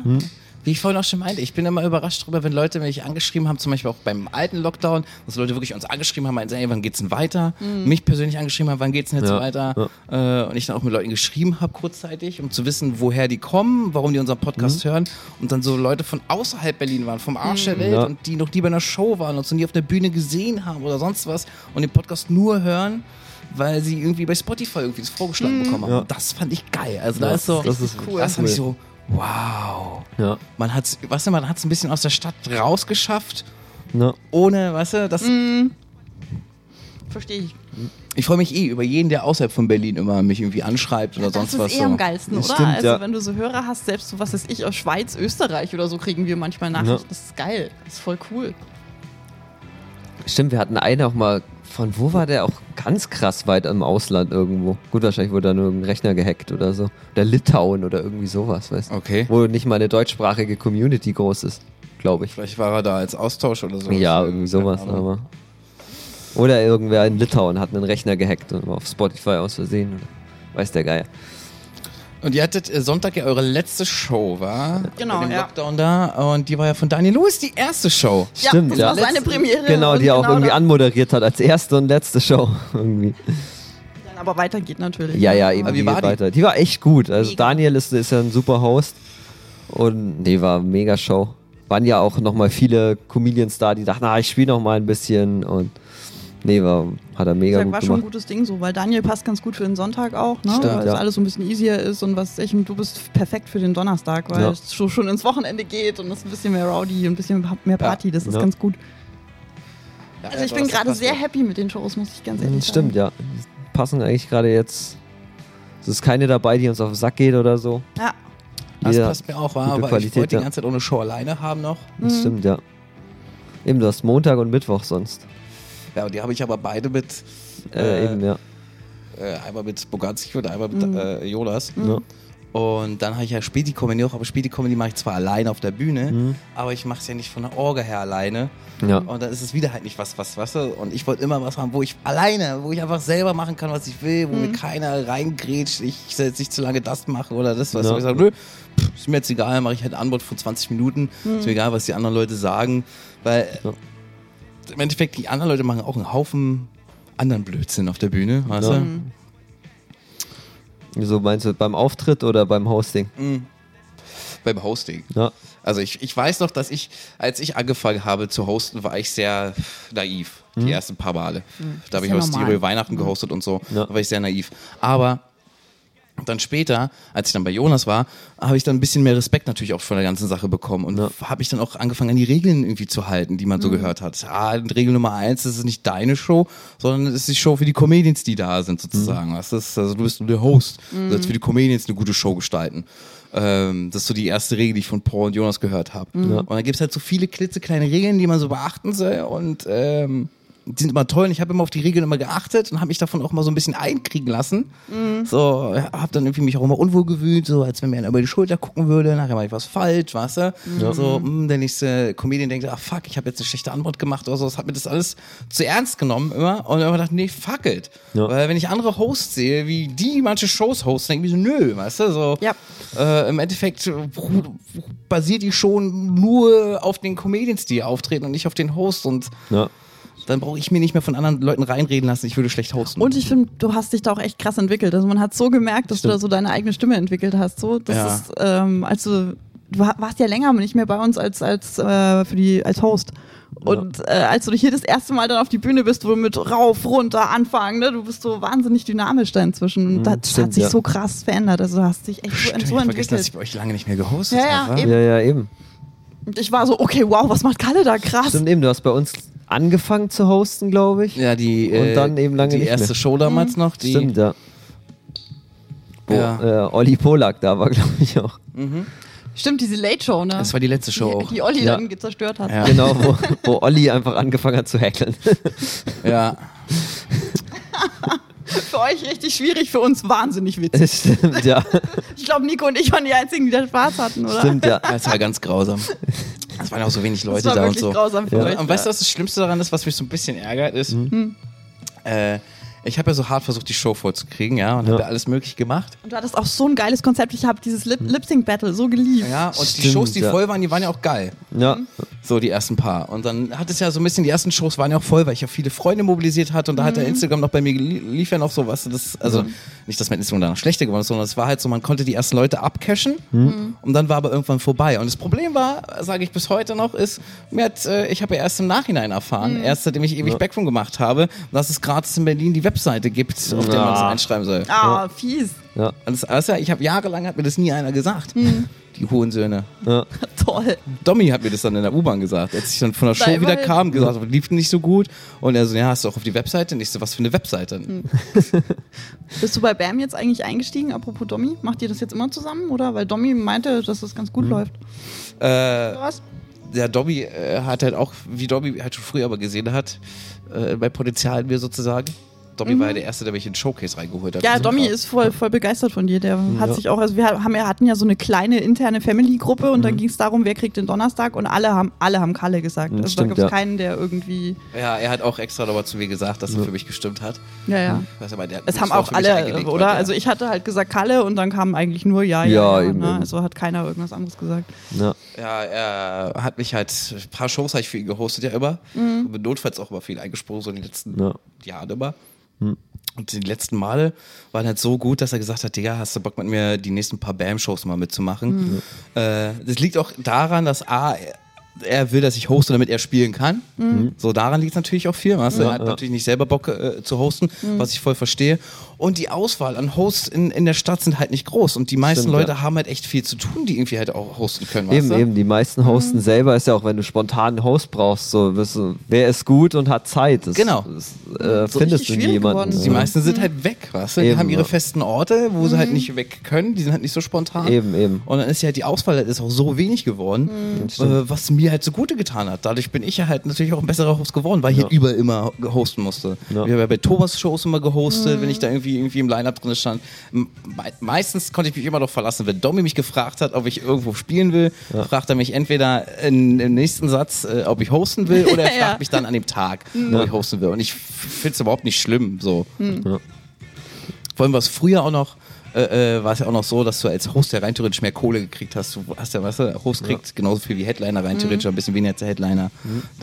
Wie ich vorhin auch schon meinte, ich bin immer überrascht drüber, wenn Leute mich angeschrieben haben, zum Beispiel auch beim alten Lockdown, dass Leute wirklich uns angeschrieben haben, meinten, ey, wann geht's denn weiter? Mich persönlich angeschrieben haben, wann geht's denn jetzt Ja, weiter? Äh, und ich dann auch mit Leuten geschrieben habe kurzzeitig, um zu wissen, woher die kommen, warum die unseren Mhm. Podcast hören. Und dann so Leute von außerhalb Berlin waren, vom Arsch der Welt Ja. und die noch nie bei einer Show waren und uns noch nie auf der Bühne gesehen haben oder sonst was und den Podcast nur hören. Weil sie irgendwie bei Spotify irgendwie das vorgeschlagen bekommen haben. Mhm. Ja. Und Das fand ich geil. Also da Ja, ist so, das ist cool. das fand ich so, wow. Ja. Man hat's, weißt du, man hat's ein bisschen aus der Stadt rausgeschafft, Ne? ohne, weißt du, das. Mhm. Verstehe ich. Ich freue mich eh über jeden, der außerhalb von Berlin immer mich irgendwie anschreibt oder sonst das was. ist so. eher am geilsten, oder? Stimmt, also ja. wenn du so Hörer hast, selbst so was weiß ich, aus Schweiz, Österreich oder so kriegen wir manchmal Nachrichten. Ja. Das ist geil. Das ist voll cool. Stimmt, wir hatten einen auch mal, von wo war der auch ganz krass weit im Ausland irgendwo. Gut, wahrscheinlich wurde da nur ein Rechner gehackt oder so. Oder Litauen oder irgendwie sowas, weißt du. Okay. Wo nicht mal eine deutschsprachige Community groß ist, glaube ich. Vielleicht war er da als Austausch oder so. Ja, irgendwie sowas, aber. Oder irgendwer in Litauen hat einen Rechner gehackt und war auf Spotify aus Versehen. oder- Weiß der Geier. Und ihr hattet äh, Sonntag ja eure letzte Show, war? Genau, Bei dem ja. Lockdown da. Und die war ja von Daniel Lewis die erste Show. Stimmt, das ja. war seine Letzte- Premiere. Genau, und die auch irgendwie da- anmoderiert hat als erste und letzte Show. irgendwie. Dann aber weiter geht natürlich. ne? Ja, ja, eben. Aber wie die war geht die? Weiter. die war echt gut. Also Mega. Daniel ist, ist ja ein super Host. Und die war mega Show. Waren ja auch nochmal viele Comedians da, die dachten, na, ich spiele nochmal ein bisschen. Und nee, war, hat er mega Sag, gut war schon ein gemacht. gutes Ding so, weil Daniel passt ganz gut für den Sonntag auch, ne? Stimmt, weil ja. es alles so ein bisschen easier ist und was weiß ich, und du bist perfekt für den Donnerstag, weil Ja. es schon, schon ins Wochenende geht und es ist ein bisschen mehr rowdy, ein bisschen mehr Party, das ist Ja. ganz gut. Ja, Also ich das bin hat gerade Spaß sehr gemacht. happy mit den Shows, muss ich ganz ehrlich Mhm, sagen. Stimmt, ja. Die passen eigentlich gerade jetzt. Es ist keine dabei, die uns auf den Sack geht oder so. Ja, Das Jeder- passt mir auch, war, gute aber ich Qualität, wollte die ja. ganze Zeit ohne Show alleine haben noch. Das stimmt, ja. Eben, du hast Montag und Mittwoch sonst. Ja, und die habe ich aber beide mit. Äh, Äh, eben, ja. äh, einmal mit Boganski und einmal mit äh, Jonas. Ja. Und dann habe ich ja Späti Comedy auch, aber Späti Comedy mache ich zwar alleine auf der Bühne, Mhm. aber ich mache es ja nicht von der Orga her alleine. Ja. Und dann ist es wieder halt nicht was, was, was. Und ich wollte immer was haben, wo ich alleine, wo ich einfach selber machen kann, was ich will, wo Mhm. mir keiner reingrätscht, ich jetzt nicht zu lange das mache oder das, was. Ja. Ja. Ich sage, nö, pff, ist mir jetzt egal, mache ich halt ein Angebot von 20 Minuten, ist mir egal, was die anderen Leute sagen, weil Mhm. Ja. im Endeffekt die anderen Leute machen auch einen Haufen anderen Blödsinn auf der Bühne, weißt Ja. du? Mhm. Wieso meinst du beim Auftritt oder beim Hosting? Mhm. Beim Hosting. Ja. Also ich, ich weiß noch, dass ich, als ich angefangen habe zu hosten, war ich sehr naiv. Mhm. Die ersten paar Male. Da habe Ist ich ja auch normal. Stereo Weihnachten gehostet und so. Ja. Da war ich sehr naiv. Aber dann später, als ich dann bei Jonas war, habe ich dann ein bisschen mehr Respekt natürlich auch von der ganzen Sache bekommen und Ja. Mhm. habe ich dann auch angefangen, an die Regeln irgendwie zu halten, die man so gehört hat. Ah, Regel Nummer eins, das ist nicht deine Show, sondern es ist die Show für die Comedians, die da sind sozusagen. Mhm. Das ist, also du bist nur der Host, du sollst für die Comedians eine gute Show gestalten. Ähm, das ist so die erste Regel, die ich von Paul und Jonas gehört habe. Mhm. Und dann gibt es halt so viele klitzekleine Regeln, die man so beachten soll und ähm, die sind immer toll und ich habe immer auf die Regeln immer geachtet und habe mich davon auch mal so ein bisschen einkriegen lassen. So, habe dann irgendwie mich auch immer unwohl gewühlt, so als wenn mir einer über die Schulter gucken würde, nachher mache ich was falsch, weißt du? So, mh, der nächste Comedian denkt, ah fuck, ich habe jetzt eine schlechte Antwort gemacht oder so. Das hat mir das alles zu ernst genommen immer und immer gedacht, nee, fuck it. Ja. Weil wenn ich andere Hosts sehe, wie die manche Shows hosten, denke ich mir so, nö, weißt du, so. Ja. Äh, Im Endeffekt äh, basiert die schon nur auf den Comedians, die auftreten und nicht auf den Host und Ja. dann brauche ich mir nicht mehr von anderen Leuten reinreden lassen, ich würde schlecht hosten. Und ich finde, du hast dich da auch echt krass entwickelt. Also man hat so gemerkt, dass du da so deine eigene Stimme entwickelt hast. So, das Ja. ist, ähm, als du, du wa- warst ja länger nicht mehr bei uns als als äh, für die als Host. Und äh, als du hier das erste Mal dann auf die Bühne bist, wo mit rauf, runter, anfangen, ne? du bist so wahnsinnig dynamisch da inzwischen. Mhm, Und das hat stimmt, sich ja. so krass verändert. Also du hast dich echt so- Stimmt, so ich vergessen, dass entwickelt. ich bei euch lange nicht mehr gehostet Ja, ja, habe. eben. ja, ja, eben. Und ich war so, okay, wow, was macht Kalle da krass? Stimmt eben, du hast bei uns angefangen zu hosten, glaube ich. Ja, die, äh, Und dann eben lange die nicht erste mehr. Show damals Mhm. noch. Die, Stimmt, ja. Wo, Ja. äh, Olli Polak da war, glaube ich, auch. Stimmt, diese Late Show, ne? Das war die letzte Show auch. die Olli Ja. dann ge- zerstört hat. Ja. Genau, wo, wo Olli einfach angefangen hat zu hackeln. Ja. Für euch richtig schwierig, für uns wahnsinnig witzig. Stimmt, ja. Ich glaube, Nico und ich waren die einzigen, die da Spaß hatten, oder? Stimmt, ja. Das war ganz grausam. Es waren auch so wenig Leute Das war da und wirklich so. grausam für Ja. euch. Hm. Und weißt du, was das Schlimmste daran ist, was mich so ein bisschen ärgert, ist, Mhm. äh, ich habe ja so hart versucht, die Show vollzukriegen, ja, und Ja. habe ja alles möglich gemacht. Und du hattest auch so ein geiles Konzept. Ich habe dieses Lip Lip-Sync Battle so geliebt. Ja, und die Stimmt, Shows, die ja. voll waren, die waren ja auch geil. Ja, So, die ersten paar. Und dann hat es ja so ein bisschen, die ersten Shows waren ja auch voll, weil ich ja viele Freunde mobilisiert hatte und da hat der Instagram noch bei mir li- lief ja noch so, was das, also nicht, dass mein Instagram danach schlechter geworden ist, sondern es war halt so, man konnte die ersten Leute abcashen und dann war aber irgendwann vorbei. Und das Problem war, sage ich bis heute noch, ist, mir hat, äh, ich habe ja erst im Nachhinein erfahren, erst seitdem ich ewig Backroom gemacht habe, dass es gratis in Berlin die Webseite gibt, auf der man sich Ja. einschreiben soll. Ah, fies. ja, Und das, also, ich habe jahrelang hat mir das nie einer gesagt. Die Hurensöhne. ja. Toll. Dommy hat mir das dann in der U-Bahn gesagt, als ich dann von der Na, Show wieder immerhin. kam, gesagt, aber lief nicht so gut. Und er so, ja, hast du auch auf die Webseite? Und ich so, was für eine Webseite? Hm. Bist du bei BAM jetzt eigentlich eingestiegen? Apropos Domi, macht ihr das jetzt immer zusammen, oder? Weil Domi meinte, dass das Hm. ganz gut läuft. Äh, Was? ja, Dobby äh, hat halt auch, wie Dobby halt schon früher aber gesehen hat, äh, bei Potenzial mir sozusagen. Dobby war ja der Erste, der mich in den Showcase reingeholt hat. Mhm. Ja, Das Domi war- ist voll, voll begeistert von dir. Der hat Ja. sich auch, also wir haben ja, hatten ja so eine kleine interne Family-Gruppe und dann ging es darum, wer kriegt den Donnerstag und alle haben, alle haben Kalle gesagt. Mhm, Also da stimmt, gibt es ja. keinen, der irgendwie. Ja, er hat auch extra nochmal zu mir gesagt, dass er für mich gestimmt hat. Ja, ja. Was er meinte, er hat Es gutes haben Wort auch für mich alle, eingelegt, oder? meinte er. Also ich hatte halt gesagt Kalle und dann kam eigentlich nur ja, ja, Ja, ja, eben, ne? eben. Also hat keiner irgendwas anderes gesagt. ja. Ja, er hat mich halt, ein paar Shows habe ich für ihn gehostet ja immer. Mhm. Und bin notfalls auch immer viel eingesprungen, so in den letzten Ja. Jahren immer. Hm. Und die letzten Male waren halt so gut, dass er gesagt hat, Digga, hast du Bock mit mir die nächsten paar Bam-Shows mal mitzumachen? Hm. Äh, das liegt auch daran, dass A, er- er will, dass ich hoste, damit er spielen kann. Hm. So daran liegt natürlich auch viel. Weißt? du? er hat Hm. ja. Hm. natürlich nicht selber Bock äh, zu hosten, was ich voll verstehe. Und die Auswahl an Hosts in, in der Stadt sind halt nicht groß. Und die meisten Stimmt, ja. Leute haben halt echt viel zu tun, die irgendwie halt auch hosten können. weißt Eben, du? Mhm. eben. Die meisten hosten selber ist ja auch, wenn du spontan einen Host brauchst, so, wirst du, wer ist gut und hat Zeit. Das, Genau. Das, äh, findest du schwierig nie jemanden. geworden. Die Ja. meisten sind halt weg, weißt du? Die Mhm. Eben, haben ihre ja. Mhm. festen Orte, wo sie halt nicht weg können. Die sind halt nicht so spontan. Eben, eben. Mhm. Und dann ist ja halt die Auswahl halt ist auch so wenig geworden, äh, was mir mir halt zugute getan hat. Dadurch bin ich ja halt natürlich auch ein besserer Host geworden, weil ich Ja. halt über immer hosten musste. Ja. Mhm. Ich habe ja bei Thomas Shows immer gehostet, wenn ich da irgendwie, irgendwie im Line-Up drin stand. M- mei- Meistens konnte ich mich immer noch verlassen. Wenn Domi mich gefragt hat, ob ich irgendwo spielen will, fragt er mich entweder in, im nächsten Satz, äh, ob ich hosten will, oder er fragt Ja. mich dann an dem Tag, Mhm. ob ich hosten will. Und ich finde es überhaupt nicht schlimm, so. Ja. Vor allem war es früher auch noch, äh, äh, war es ja auch noch so, dass du als Host ja rein theoretisch mehr Kohle gekriegt hast. Du hast ja, weißt du, Host kriegt genauso viel wie Headliner rein theoretisch, ein bisschen weniger als der Headliner.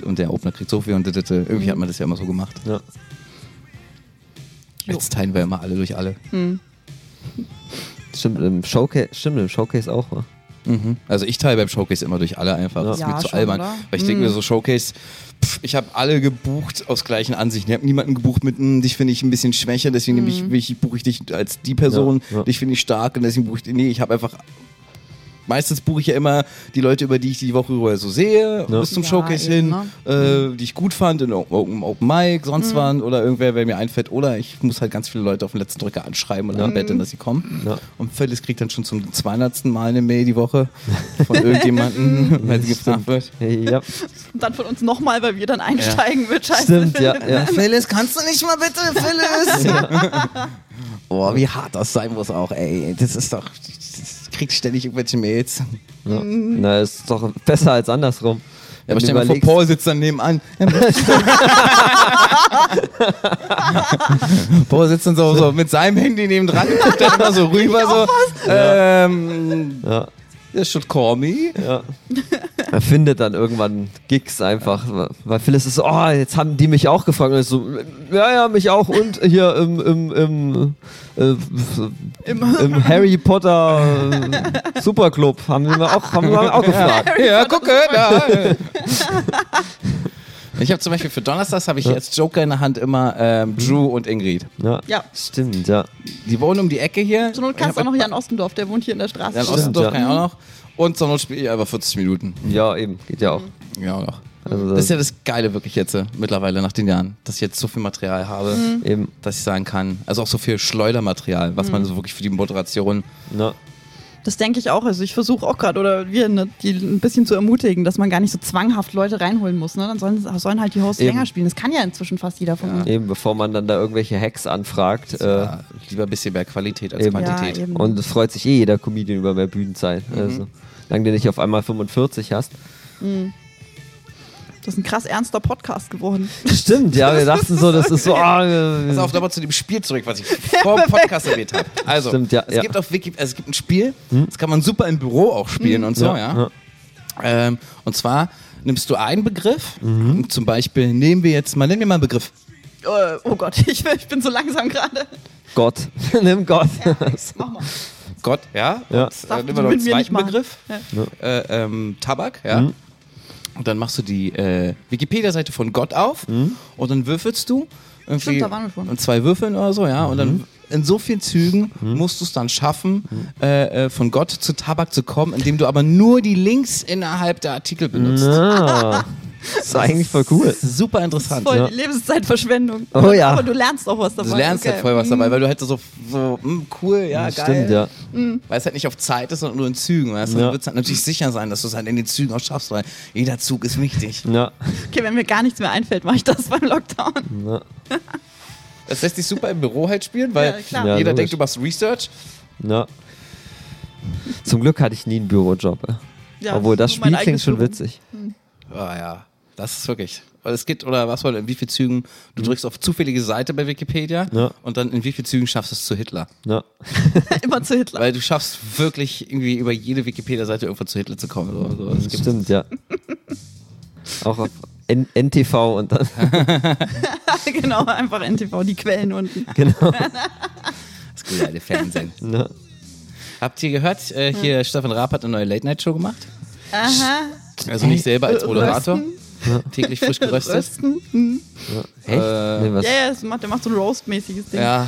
Und der Opener kriegt so viel und dit, dit, dit. irgendwie hat man das ja immer so gemacht. Ja. Jo. Jetzt teilen wir immer alle durch alle. Stimmt, im Showcase, stimmt, im Showcase auch. wa? Mhm. Also ich teile beim Showcase immer durch alle einfach. Das ist Ja, mir zu schon, albern. oder? Mhm. Weil ich denke mir so, Showcase, pff, ich habe alle gebucht aus gleichen Ansichten. Ich habe niemanden gebucht mit, "Hm, dich finde ich ein bisschen schwächer, deswegen nehme Mhm. ich- ich, buche ich dich als die Person, Ja, ja. dich finde ich stark und deswegen buche ich, nee, ich habe einfach, meistens buche ich ja immer die Leute, über die ich die Woche über so sehe, Ja. bis zum Ja, Showcase eben, ne? Mhm. hin, äh, die ich gut fand, in Open, Open Mic, sonst wann oder irgendwer, wer mir einfällt. Oder ich muss halt ganz viele Leute auf den letzten Drücker anschreiben oder Mhm. anbetteln, dass sie kommen. Ja. Und Phyllis kriegt dann schon zum 200. Mal eine Mail die Woche von irgendjemandem, weil sie gefragt wird. Ja, Und dann von uns nochmal, weil wir dann einsteigen wird. Scheiße. stimmt, ja. ja. Phyllis, kannst du nicht mal bitte, Phyllis? Boah, wie hart das sein muss auch, ey. Das ist doch, das kriegt ständig irgendwelche Mails. Ja. Na, ist doch besser als andersrum. Ja, Wenn aber du stell dir mal vor, überlegst- Paul sitzt dann nebenan. Paul sitzt dann so, so mit seinem Handy nebendran und guckt dann immer so rüber, so. Ähm, Ja, das should call me. ja. Er findet dann irgendwann Gigs einfach, weil Phyllis ist so, oh, jetzt haben die mich auch gefragt. Und ich so, ja, ja, mich auch. Und hier im, im, im, äh, Im- im, Harry Potter äh, Superclub haben wir mal auch, haben wir auch gefragt. Ja, gucke, da. Ich habe zum Beispiel für Donnerstags habe ich als Joker in der Hand immer ähm, Drew und Ingrid. Ja, Ja. stimmt, ja. Die wohnen um die Ecke hier. Zur Not Ich hab kannst du auch noch Jan Ostendorf, der wohnt hier in der Straße. Jan Ostendorf ja. kann ich auch noch. Und zur Not spiele ich einfach 40 Minuten. Ja, eben, geht ja auch. Mhm. Ja, auch noch. Also, Das ist ja das Geile wirklich jetzt äh, mittlerweile nach den Jahren, dass ich jetzt so viel Material habe, eben, dass ich sagen kann. Also auch so viel Schleudermaterial, was man so wirklich für die Moderation. ja. Das denke ich auch. Also ich versuche auch gerade, oder wir, ne, die ein bisschen zu ermutigen, dass man gar nicht so zwanghaft Leute reinholen muss. Ne? Dann sollen, sollen halt die Hosts Eben. länger spielen. Das kann ja inzwischen fast jeder von uns. Eben, bevor man dann da irgendwelche Hacks anfragt. Äh, Ja, lieber ein bisschen mehr Qualität als Eben. Quantität. Mhm. Ja, eben. Und es freut sich eh jeder Comedian über mehr Bühnenzeit. Also, solange du nicht auf einmal 45 hast. Das ist ein krass ernster Podcast geworden. Stimmt, ja, wir dachten so, das ist so. ah, äh, Pass auf, nochmal zu dem Spiel zurück, was ich vor dem Podcast erwähnt habe. Also, Stimmt, ja, es, ja. Mhm. Gibt auf Wiki, also es gibt ein Spiel, das kann man super im Büro auch spielen und so, ja. Ähm, und zwar nimmst du einen Begriff, Mhm. zum Beispiel nehmen wir jetzt mal, nehmen wir mal einen Begriff. Äh, oh Gott, ich, ich bin so langsam gerade. Gott. Nimm Gott. Mach mal. Gott, ja. Ja. Und, äh, Darf nehmen wir noch mit einen mir nicht zweiten machen. Begriff. Ja. Äh, ähm, Tabak, ja. Und dann machst du die äh, Wikipedia-Seite von Gott auf und dann würfelst du. Irgendwie Stimmt, da waren wir schon. Und zwei Würfeln oder so, ja. Und dann in so vielen Zügen musst du es dann schaffen, äh, äh, von Gott zu Tabak zu kommen, indem du aber nur die Links innerhalb der Artikel benutzt. Ah, das ist eigentlich voll cool. Super interessant. Voll ne? die Lebenszeitverschwendung. Oh ja. Aber du lernst auch was dabei. Du lernst okay. halt voll was Mhm. dabei, weil du halt so, so mm, cool, ja, geil. Stimmt, ja. Weil es halt nicht auf Zeit ist, sondern nur in Zügen. Weißt? du? Ja. Dann wird es halt natürlich sicher sein, dass du es halt in den Zügen auch schaffst, weil jeder Zug ist wichtig. Ja. Okay, wenn mir gar nichts mehr einfällt, mache ich das beim Lockdown. ja. Das lässt sich super im Büro halt spielen, Ja, weil klar. Ja, jeder logisch. denkt, du machst Research. ja. Zum Glück hatte ich nie einen Bürojob. äh. Ja, Obwohl das nur mein Spiel klingt eigenes schon Büro. witzig. Ah ja, das ist wirklich. Weil es geht, oder was, weil in wie vielen Zügen, du drückst auf zufällige Seite bei Wikipedia Mhm. Ja. und dann in wie vielen Zügen schaffst du es zu Hitler. Ja. Immer zu Hitler. Weil du schaffst wirklich irgendwie über jede Wikipedia-Seite irgendwo zu Hitler zu kommen. So, so. Das Das gibt- stimmt, ja. Auch auf N NTV und dann. genau, einfach NTV, die Quellen unten. Genau. das gute alte Fernsehen. Ja. Habt ihr gehört, äh, hier Stefan Raab hat eine neue Late-Night-Show gemacht? Hm. Aha. Also nicht selber als Äh, Moderator. Täglich frisch geröstet. Rösten. Hm. Echt? Äh, Nee, was? Ah, Ja, ja, das macht, der macht so ein Roast-mäßiges Ding. Ja,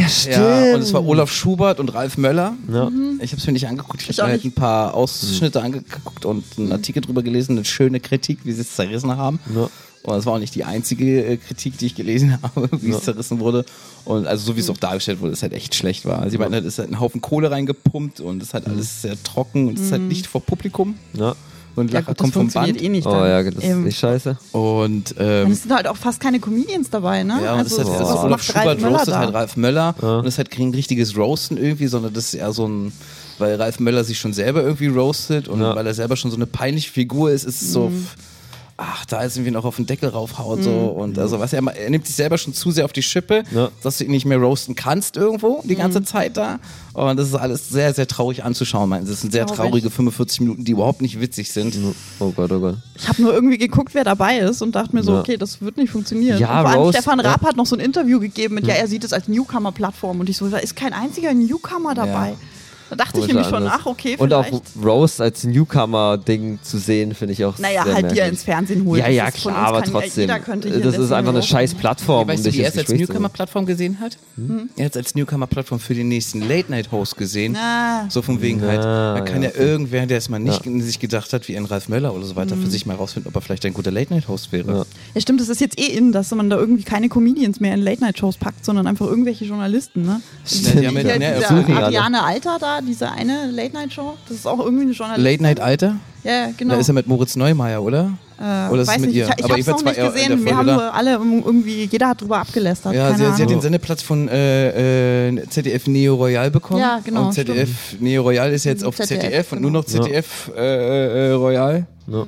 Ja, stimmt. ja, und es war Olaf Schubert und Ralf Möller. Ja. Ich habe es mir nicht angeguckt. Ich Mhm. auch habe halt ein nicht. paar Ausschnitte angeguckt und einen Artikel drüber gelesen, eine schöne Kritik, wie sie es zerrissen haben. Ja. Und das war auch nicht die einzige äh, Kritik, die ich gelesen habe, wie es zerrissen wurde. Und also so wie es auch dargestellt wurde, ist halt echt schlecht war. Sie Mhm. Mhm. meinten, halt, es ist halt ein Haufen Kohle reingepumpt und es ist halt alles sehr trocken und es ist halt nicht vor Publikum. Ja. Und Lacher gut, das kommt vom funktioniert Band. eh nicht. Oh dann. ja, das ist Eben. nicht scheiße. Und ähm, Und es sind halt auch fast keine Comedians dabei, ne? Ja, und das ist halt, was das ist was macht Olaf Ralf Schubert Möller roastet da? halt Ralf Möller Ja. und das ist halt kein richtiges Roasten irgendwie, sondern das ist eher so ein, weil Ralf Möller sich schon selber irgendwie roastet und Ja. weil er selber schon so eine peinliche Figur ist, ist es so, f- ach, da ist irgendwie noch auf den Deckel raufhaut so und also was er, ma- er nimmt sich selber schon zu sehr auf die Schippe, Ja. dass du ihn nicht mehr roasten kannst irgendwo die ganze Zeit da und das ist alles sehr, sehr traurig anzuschauen, man. Das sind sehr Traurig. traurige 45 Minuten, die überhaupt nicht witzig sind. Oh Gott, oh Gott. Ich habe nur irgendwie geguckt, wer dabei ist und dachte mir so, Ja. okay, das wird nicht funktionieren. Ja, und vor allem Roast, Stefan ja. Raab hat noch so ein Interview gegeben mit, Hm. ja, er sieht es als Newcomer-Plattform und ich so, da ist kein einziger Newcomer dabei. Ja. Da dachte ich nämlich schon, ach okay, Und auch vielleicht. Rose als Newcomer-Ding zu sehen, finde ich auch naja, sehr halt die er merkwürdig. ins Fernsehen holt. Ja, ja, Das ist von klar, uns aber kann trotzdem. Jeder könnte hier das ist letzten einfach eine Roast scheiß machen. Plattform, um Weißt du, dich wie er ins es als Gespräch zu bringen. Newcomer-Plattform gesehen hat? Hm? Hm? Er hat es als Newcomer-Plattform für den nächsten Late-Night-Host gesehen. Ah. So von wegen halt. Ah, Da kann ja, ja, irgendwer, der es mal nicht sich gedacht hat, wie ein Ralf Möller oder so weiter, Hm. für sich mal rausfinden, ob er vielleicht ein guter Late-Night-Host wäre. Ja. Ja, stimmt, das ist jetzt eh in, dass man da irgendwie keine Comedians mehr in Late-Night-Shows packt, sondern einfach irgendwelche Journalisten, ne? Stimmt, die haben ja- Ja, ne, dieser suchen alle. Adriane Alter da, diese eine Late-Night-Show, das ist auch irgendwie eine Journalistin. Late-Night-Alter? Ja, ja, genau. Da ist er mit Moritz Neumeier, oder? Äh, Oder ist weiß es mit nicht, ihr? Ich, ich Aber habe es noch nicht jedenfalls war er in der gesehen. Wir haben Folge da. äh, alle um- irgendwie, jeder hat drüber abgelästert. Ja, keine sie, sie hat Ahnung. den Sendeplatz von äh, äh, ZDF Neo Royal bekommen. Ja, genau, Mhm, Und ZDF Neo Royal ist jetzt auf ZDF, ZDF, und nur noch genau. ZDF äh, äh, Royal. Ja.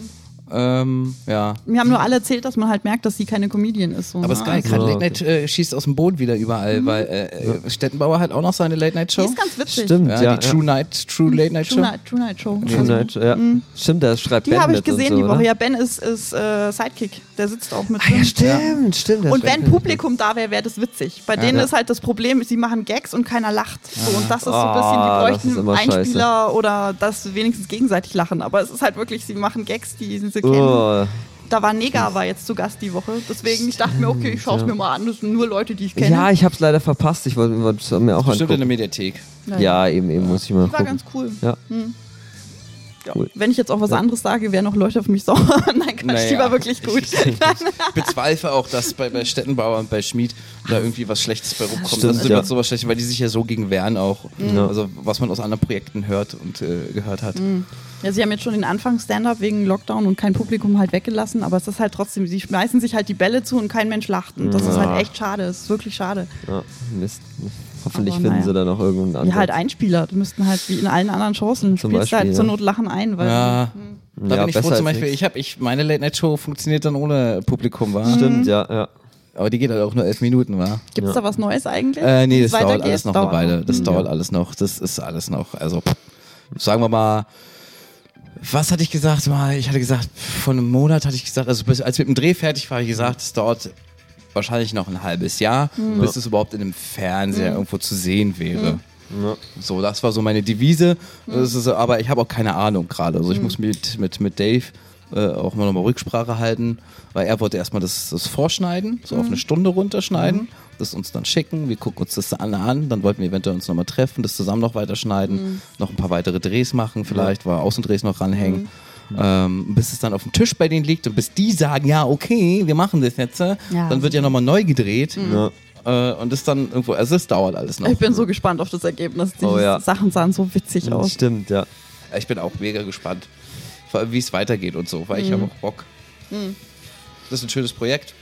Ähm, ja. Mir haben nur Mhm. alle erzählt, dass man halt merkt, dass sie keine Comedian ist. So, Aber ne? ist geil, Also, gerade Ja, Late Night äh, schießt aus dem Boden wieder überall, weil äh, äh, Stettenbauer hat auch noch seine Late Night Die Show. ist ganz witzig. Stimmt, Ja, ja. die True Night, True Late Night True Show. Night, True Night Show. True Night, ja. Stimmt, da schreibt Mhm. Die Ben habe ich mit und gesehen so, ne? die Woche. oder? Ja, Ben ist, ist äh, Sidekick. Der sitzt auch mit Ah, ja, drin. stimmt, stimmt. da Und schreibt wenn Ben mit. Publikum da wäre, wäre das witzig. Bei denen Ja. ist halt das Problem, sie machen Gags und keiner lacht. So, und das ist so ein Ah, das bisschen, ist die bräuchten immer Einspieler oder das wenigstens gegenseitig lachen. Aber es ist halt wirklich, sie machen Gags, die sie kennen. Oh, Da war Nega war jetzt zu Gast die Woche. Deswegen, ich dachte mir, okay, ich schaue es mir mal an. Das sind nur Leute, die ich kenne. ja, ich hab's leider verpasst. Ich wollte wollte es mir auch Bestimmt in der angucken. Mediathek. Naja. Ja, eben, eben muss ich mal Die war gucken. ganz cool. Mhm. Ja. Ja. Cool. Wenn ich jetzt auch was anderes sage, wären auch Leute auf mich sauer. Nein, Quatsch, die Naja. war wirklich gut. Ich bezweifle auch, dass bei, bei Stettenbauer und bei Schmied da irgendwie was Schlechtes bei rumkommt. Stimmt, das ist ja. immer sowas Schlechtes, weil die sich ja so gegen wehren auch. Ja. Also was man aus anderen Projekten hört und äh, gehört hat. Ja, sie haben jetzt schon den Anfang Stand-up wegen Lockdown und kein Publikum halt weggelassen, aber es ist halt trotzdem, sie schmeißen sich halt die Bälle zu und kein Mensch lacht. Und das ist halt echt schade, das ist wirklich schade. Ja, Mist. Hoffentlich Aber finden naja. sie da noch irgendeinen Die anderen. halt Einspieler, die müssten halt wie in allen anderen Chancen, Zum spielst halt Beispiel, zur ja. Not Lachen ein, weil Ja. Da Ja, bin ich besser froh zum als Beispiel, nichts. ich hab, ich, meine Late Night Show funktioniert dann ohne Publikum, war. Mhm. Stimmt, ja, ja. Aber die geht halt auch nur elf Minuten, war. gibt's da was Neues eigentlich? Äh, nee, Wie's das dauert weitergeht? alles noch Dauert Hm. eine Weile. noch. Das dauert alles noch. Das ist alles noch. Also, pff, sagen wir mal, was hatte ich gesagt? Mal, ich hatte gesagt, vor einem Monat hatte ich gesagt, also bis, als wir mit dem Dreh fertig waren, habe ich gesagt, es dauert wahrscheinlich noch ein halbes Jahr, Hm. bis es überhaupt in einem Fernseher irgendwo zu sehen wäre. So, das war so meine Devise. Mhm. Das ist, aber ich habe auch keine Ahnung gerade. Also ich muss mit, mit, mit Dave äh, auch mal nochmal Rücksprache halten, weil er wollte erstmal das, das vorschneiden, so Mhm. auf eine Stunde runterschneiden, das uns dann schicken, wir gucken uns das alle an, dann wollten wir eventuell uns nochmal treffen, das zusammen noch Mhm. weiterschneiden, noch ein paar weitere Drehs machen vielleicht, war Außendrehs noch ranhängen. Mhm. Ähm, bis es dann auf dem Tisch bei denen liegt und bis die sagen, ja, okay, wir machen das jetzt, äh, Ja. Mhm. dann wird ja nochmal neu gedreht Ja. äh, und das dann irgendwo, also es dauert alles noch. Ich bin so gespannt auf das Ergebnis. Die Oh, ja. Sachen sahen so witzig Hm, aus. Stimmt, ja. Ich bin auch mega gespannt, vor allem, wie es weitergeht und so, weil ich habe auch Bock. Das ist ein schönes Projekt,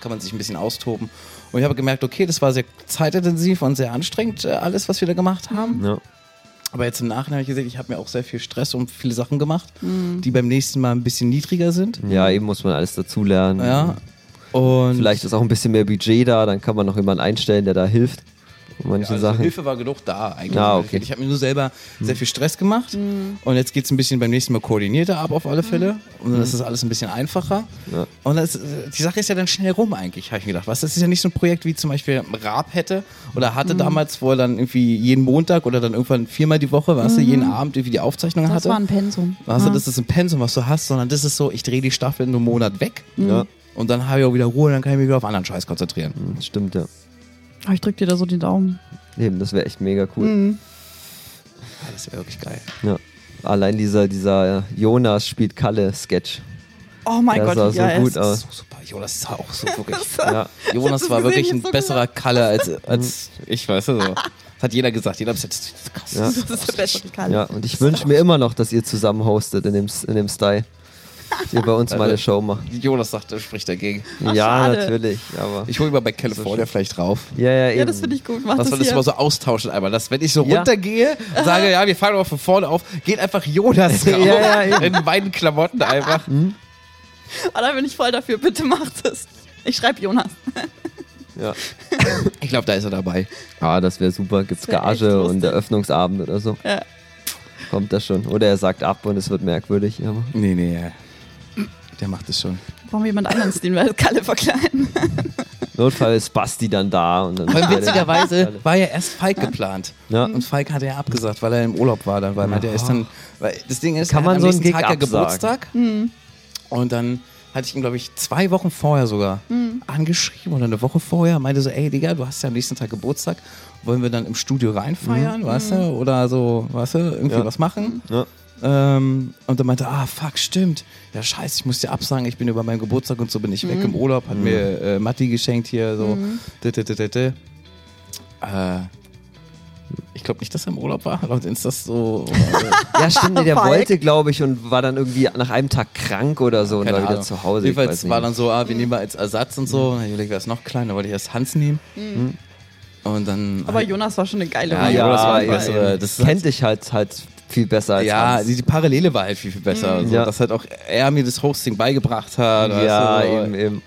kann man sich ein bisschen austoben. Und ich habe gemerkt, okay, das war sehr zeitintensiv und sehr anstrengend, äh, alles, was wir da gemacht haben. ja. Aber jetzt im Nachhinein habe ich gesehen, ich habe mir auch sehr viel Stress und viele Sachen gemacht, die beim nächsten Mal ein bisschen niedriger sind. Mhm. Ja, eben muss man alles dazulernen. Ja. Und Vielleicht ist auch ein bisschen mehr Budget da, dann kann man noch jemanden einstellen, der da hilft. Bei manchen Also Sachen. Hilfe war genug da eigentlich. Ja, okay. Ich habe mir nur selber sehr viel Stress gemacht Hm. und jetzt geht es ein bisschen beim nächsten Mal koordinierter ab auf alle Fälle und dann ist das alles ein bisschen einfacher. Ja. Und das, äh, die Sache ist ja dann schnell rum eigentlich, habe ich mir gedacht. Was, das ist ja nicht so ein Projekt wie zum Beispiel Raab hätte oder hatte Hm. damals, wo er dann irgendwie jeden Montag oder dann irgendwann viermal die Woche, weißt du, jeden Abend irgendwie die Aufzeichnung Mhm. Das hatte. war ein Pensum. Weißt Ja. du, das ist ein Pensum, was du hast, sondern das ist so, ich drehe die Staffel in einem Monat weg Mhm. Ja, Mhm. und dann habe ich auch wieder Ruhe und dann kann ich mich wieder auf anderen Scheiß konzentrieren. stimmt, ja. Aber Ah, ich drück dir da so die Daumen. Eben, das wäre echt mega cool. Mhm. Ah, Das wäre wirklich geil. Ja. Allein dieser, dieser äh, Jonas spielt Kalle-Sketch. Oh mein Der Gott, sah wie so geil. gut aus. So super. Jonas sah auch so wirklich. Ja. Jonas das war gesehen, wirklich ich ein hab so besserer Kalle als, als ich, weißt du so. Das hat jeder gesagt. Jeder hat gesagt, das ist krass. Ja. Das ist der beste Kalle. Ja, und ich wünsche mir immer noch, dass ihr zusammen hostet in dem, in dem Style. Dass ihr bei uns mal eine Show macht. Jonas sagt, er spricht dagegen. ja, schade. natürlich, aber. Ich hole mal bei California vielleicht drauf. Ja, ja, eben. Ja, das finde ich gut. Mach Dass das, wir das hier. immer so austauschen einmal. Dass, wenn ich so Ja. runtergehe und sage, ja, wir fangen mal von vorne auf, geht einfach Jonas Ja, drauf. ja, eben. in beiden Klamotten einfach. Ah, da bin ich voll dafür. Bitte macht es. Ich schreibe Jonas. ja. Ich glaube, da ist er dabei. Ah, das wäre super. Gibt's wär echt Gage lustig. und Eröffnungsabend oder so. Ja. Kommt das schon. Oder er sagt ab und es wird merkwürdig. Aber Nee, nee, ja. Der macht es schon. Brauchen wir jemand anderen, den wir als Kalle verkleiden? Notfall ist Basti dann da und dann. Weil beide- witzigerweise alle. war ja erst Falk geplant. Ja. Und Falk hatte ja abgesagt, weil er im Urlaub war. Dann, weil ja. er ist dann, weil das Ding ist, Kann er hat man am so einen nächsten Gig Tag ja absagen? Mhm. Geburtstag. Und dann hatte ich ihn, glaube ich, zwei Wochen vorher sogar Mhm. angeschrieben oder eine Woche vorher. Meinte so, ey Digga, du hast ja am nächsten Tag Geburtstag. Wollen wir dann im Studio reinfeiern, weißt du? Oder so, weißt du, irgendwie Mhm. Ja. Mhm. was machen? Ja. Ähm, und dann meinte, er, ah, fuck, stimmt. Ja, scheiße, ich muss dir absagen, ich bin über meinen Geburtstag und so bin ich Mhm. weg im Urlaub, hat mir äh, Matti geschenkt hier, so. D -d -d -d -d. Äh, ich glaube nicht, dass er im Urlaub war, laut Instas so. Ja, stimmt, nee, der Falk. wollte, glaube ich, und war dann irgendwie nach einem Tag krank oder so und Keine war wieder Ahnung. zu Hause. Ich weiß Jedenfalls nicht. Mhm. war dann so, ah, wir nehmen mal als Ersatz und so. Und dann überlegt, wer ist noch klein, da wollte ich erst Hans nehmen. Und dann. Aber Jonas war schon eine geile Ja, Wahl. ja, das war ja, eh die bessere. ja, Das das ist kennt dich halt halt viel besser als ja, Hans. Mhm. die, die Parallele war halt viel, viel besser. So, Ja. Dass halt auch er mir das Hosting beigebracht hat. ja, weißt du, so. eben, eben.